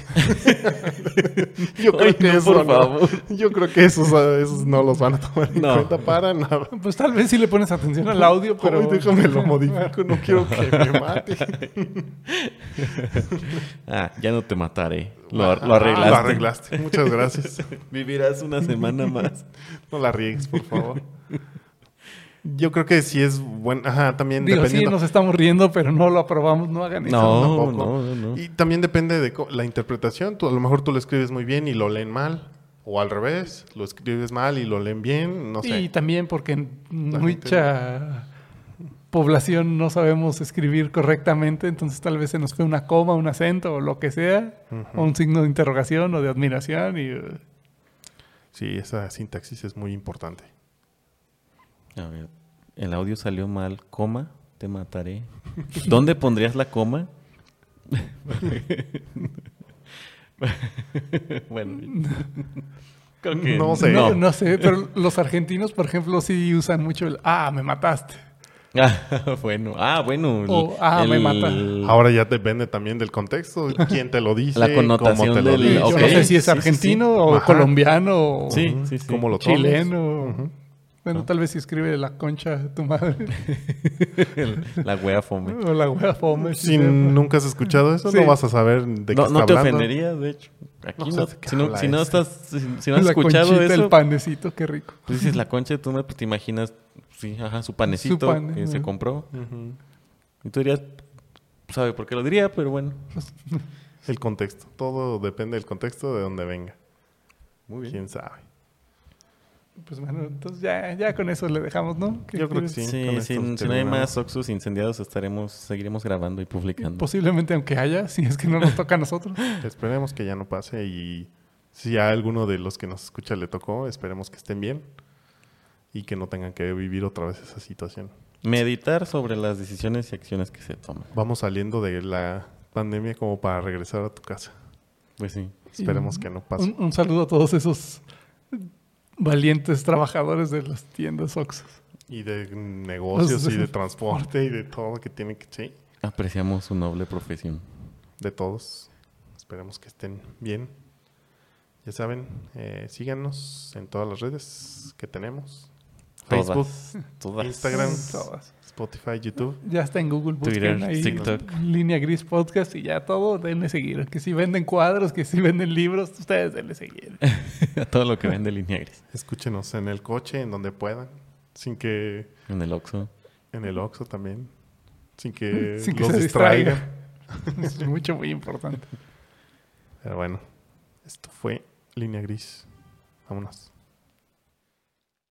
Speaker 2: yo creo
Speaker 3: Ay,
Speaker 2: que
Speaker 3: no,
Speaker 2: eso,
Speaker 3: por
Speaker 2: no-
Speaker 3: favor.
Speaker 2: Yo creo que esos, ah, esos no los van a tomar en
Speaker 3: No.
Speaker 2: cuenta para nada.
Speaker 1: Pues tal vez sí le pones atención al audio, pero...
Speaker 2: Pero déjame lo modifico, no quiero que me mate.
Speaker 3: Ah, ya no te mataré. Lo, ar- lo
Speaker 2: Ah,
Speaker 3: arreglaste.
Speaker 2: Lo arreglaste. Muchas gracias.
Speaker 3: Vivirás una semana más.
Speaker 2: No la riegues, por favor. Yo creo que sí es bueno. Ajá, también
Speaker 1: Digo, sí,
Speaker 2: dependiendo.
Speaker 1: nos estamos riendo, pero no lo aprobamos, no hagan eso.
Speaker 3: No,
Speaker 2: tampoco.
Speaker 3: no, no, no.
Speaker 2: Y también depende de co- la interpretación. Tú, a lo mejor tú lo escribes muy bien y lo leen mal. O al revés, lo escribes mal y lo leen bien. No sé.
Speaker 1: Y también porque en
Speaker 2: La
Speaker 1: mucha población no sabemos escribir correctamente, entonces tal vez se nos fue una coma, un acento o lo que sea, o un signo de interrogación o de admiración y eh,
Speaker 2: Sí, esa sintaxis es muy importante.
Speaker 3: A ver, el audio salió mal, coma, te mataré. ¿Dónde pondrías la coma? bueno, creo que
Speaker 2: No sé.
Speaker 1: pues, no, no sé, pero los argentinos, por ejemplo, sí usan mucho el ah, me mataste.
Speaker 3: Ah, bueno, ah, bueno. el-
Speaker 2: Oh,
Speaker 1: O, ah, me mata.
Speaker 2: Ahora ya depende también del contexto, quién te lo dice,
Speaker 3: La connotación
Speaker 2: cómo te lo
Speaker 3: del-
Speaker 1: Y
Speaker 2: dice.
Speaker 1: Yo
Speaker 3: ok.
Speaker 1: no sé si es
Speaker 3: sí, sí, sí.
Speaker 1: argentino o
Speaker 2: Ajá.
Speaker 1: colombiano o
Speaker 3: Sí, sí, sí.
Speaker 2: Cómo lo tomas. Ah.
Speaker 1: chileno. Bueno, tal vez si escribe la concha de tu madre
Speaker 3: la wea fome.
Speaker 1: o la wea fome.
Speaker 2: Si nunca has escuchado eso,
Speaker 1: Sí.
Speaker 2: no vas a saber de qué
Speaker 3: No,
Speaker 2: está
Speaker 3: no te
Speaker 2: hablando.
Speaker 3: ofendería, de hecho. Aquí
Speaker 2: No
Speaker 3: no,
Speaker 2: sé de qué
Speaker 3: si, no,
Speaker 2: habla
Speaker 3: si no
Speaker 2: ese.
Speaker 3: estás, si, si no has
Speaker 1: la
Speaker 3: escuchado
Speaker 1: conchita, el
Speaker 3: eso,
Speaker 1: panecito, qué rico.
Speaker 3: pues dices la concha de tu madre, pues te imaginas, sí, ajá, su panecito
Speaker 1: pan,
Speaker 3: que
Speaker 1: ajá.
Speaker 3: se compró. Y tú dirías, sabe por qué lo diría, pero bueno.
Speaker 2: El contexto. Todo depende del contexto de donde venga.
Speaker 3: Muy bien.
Speaker 2: Quién sabe.
Speaker 1: Pues bueno, entonces ya, ya con eso le dejamos, ¿no?
Speaker 2: Yo creo que
Speaker 1: quieres?
Speaker 2: sí.
Speaker 3: Sí,
Speaker 2: con
Speaker 3: sí,
Speaker 2: estos
Speaker 3: si no hay
Speaker 2: terminamos.
Speaker 3: más Oxus incendiados, estaremos, seguiremos grabando y publicando.
Speaker 1: Posiblemente aunque haya, si es que no nos toca a nosotros.
Speaker 2: Esperemos que ya no pase y si a alguno de los que nos escucha le tocó, esperemos que estén bien y que no tengan que vivir otra vez esa situación.
Speaker 3: Meditar sobre las decisiones y acciones que se toman.
Speaker 2: Vamos saliendo de la pandemia como para regresar a tu casa.
Speaker 3: Pues sí.
Speaker 2: Esperemos que no pase.
Speaker 1: Un, un saludo a todos esos valientes trabajadores de las tiendas Oxxo.
Speaker 2: Y de negocios y de transporte y de todo lo que tiene que... Sí,
Speaker 3: Apreciamos su noble profesión.
Speaker 2: de todos. Esperemos que estén bien. Ya saben, eh, síganos en todas las redes que tenemos.
Speaker 3: Todas.
Speaker 2: Facebook,
Speaker 3: Todas.
Speaker 2: Instagram,
Speaker 1: Todas.
Speaker 2: Spotify, YouTube.
Speaker 1: Ya está en Google busquen
Speaker 3: Twitter,
Speaker 1: ahí
Speaker 3: TikTok.
Speaker 1: Línea Gris Podcast y ya todo, denle seguir. Que si venden cuadros, que si venden libros, ustedes denle seguir.
Speaker 3: Todo lo que vende Línea Gris.
Speaker 2: Escúchenos en el coche, en donde puedan. Sin que.
Speaker 3: En el Oxxo.
Speaker 2: En el Oxxo también. Sin que
Speaker 1: Sin que
Speaker 2: los
Speaker 1: se
Speaker 2: distraigan.
Speaker 1: Es mucho, muy importante.
Speaker 2: Pero bueno, esto fue Línea Gris. Vámonos.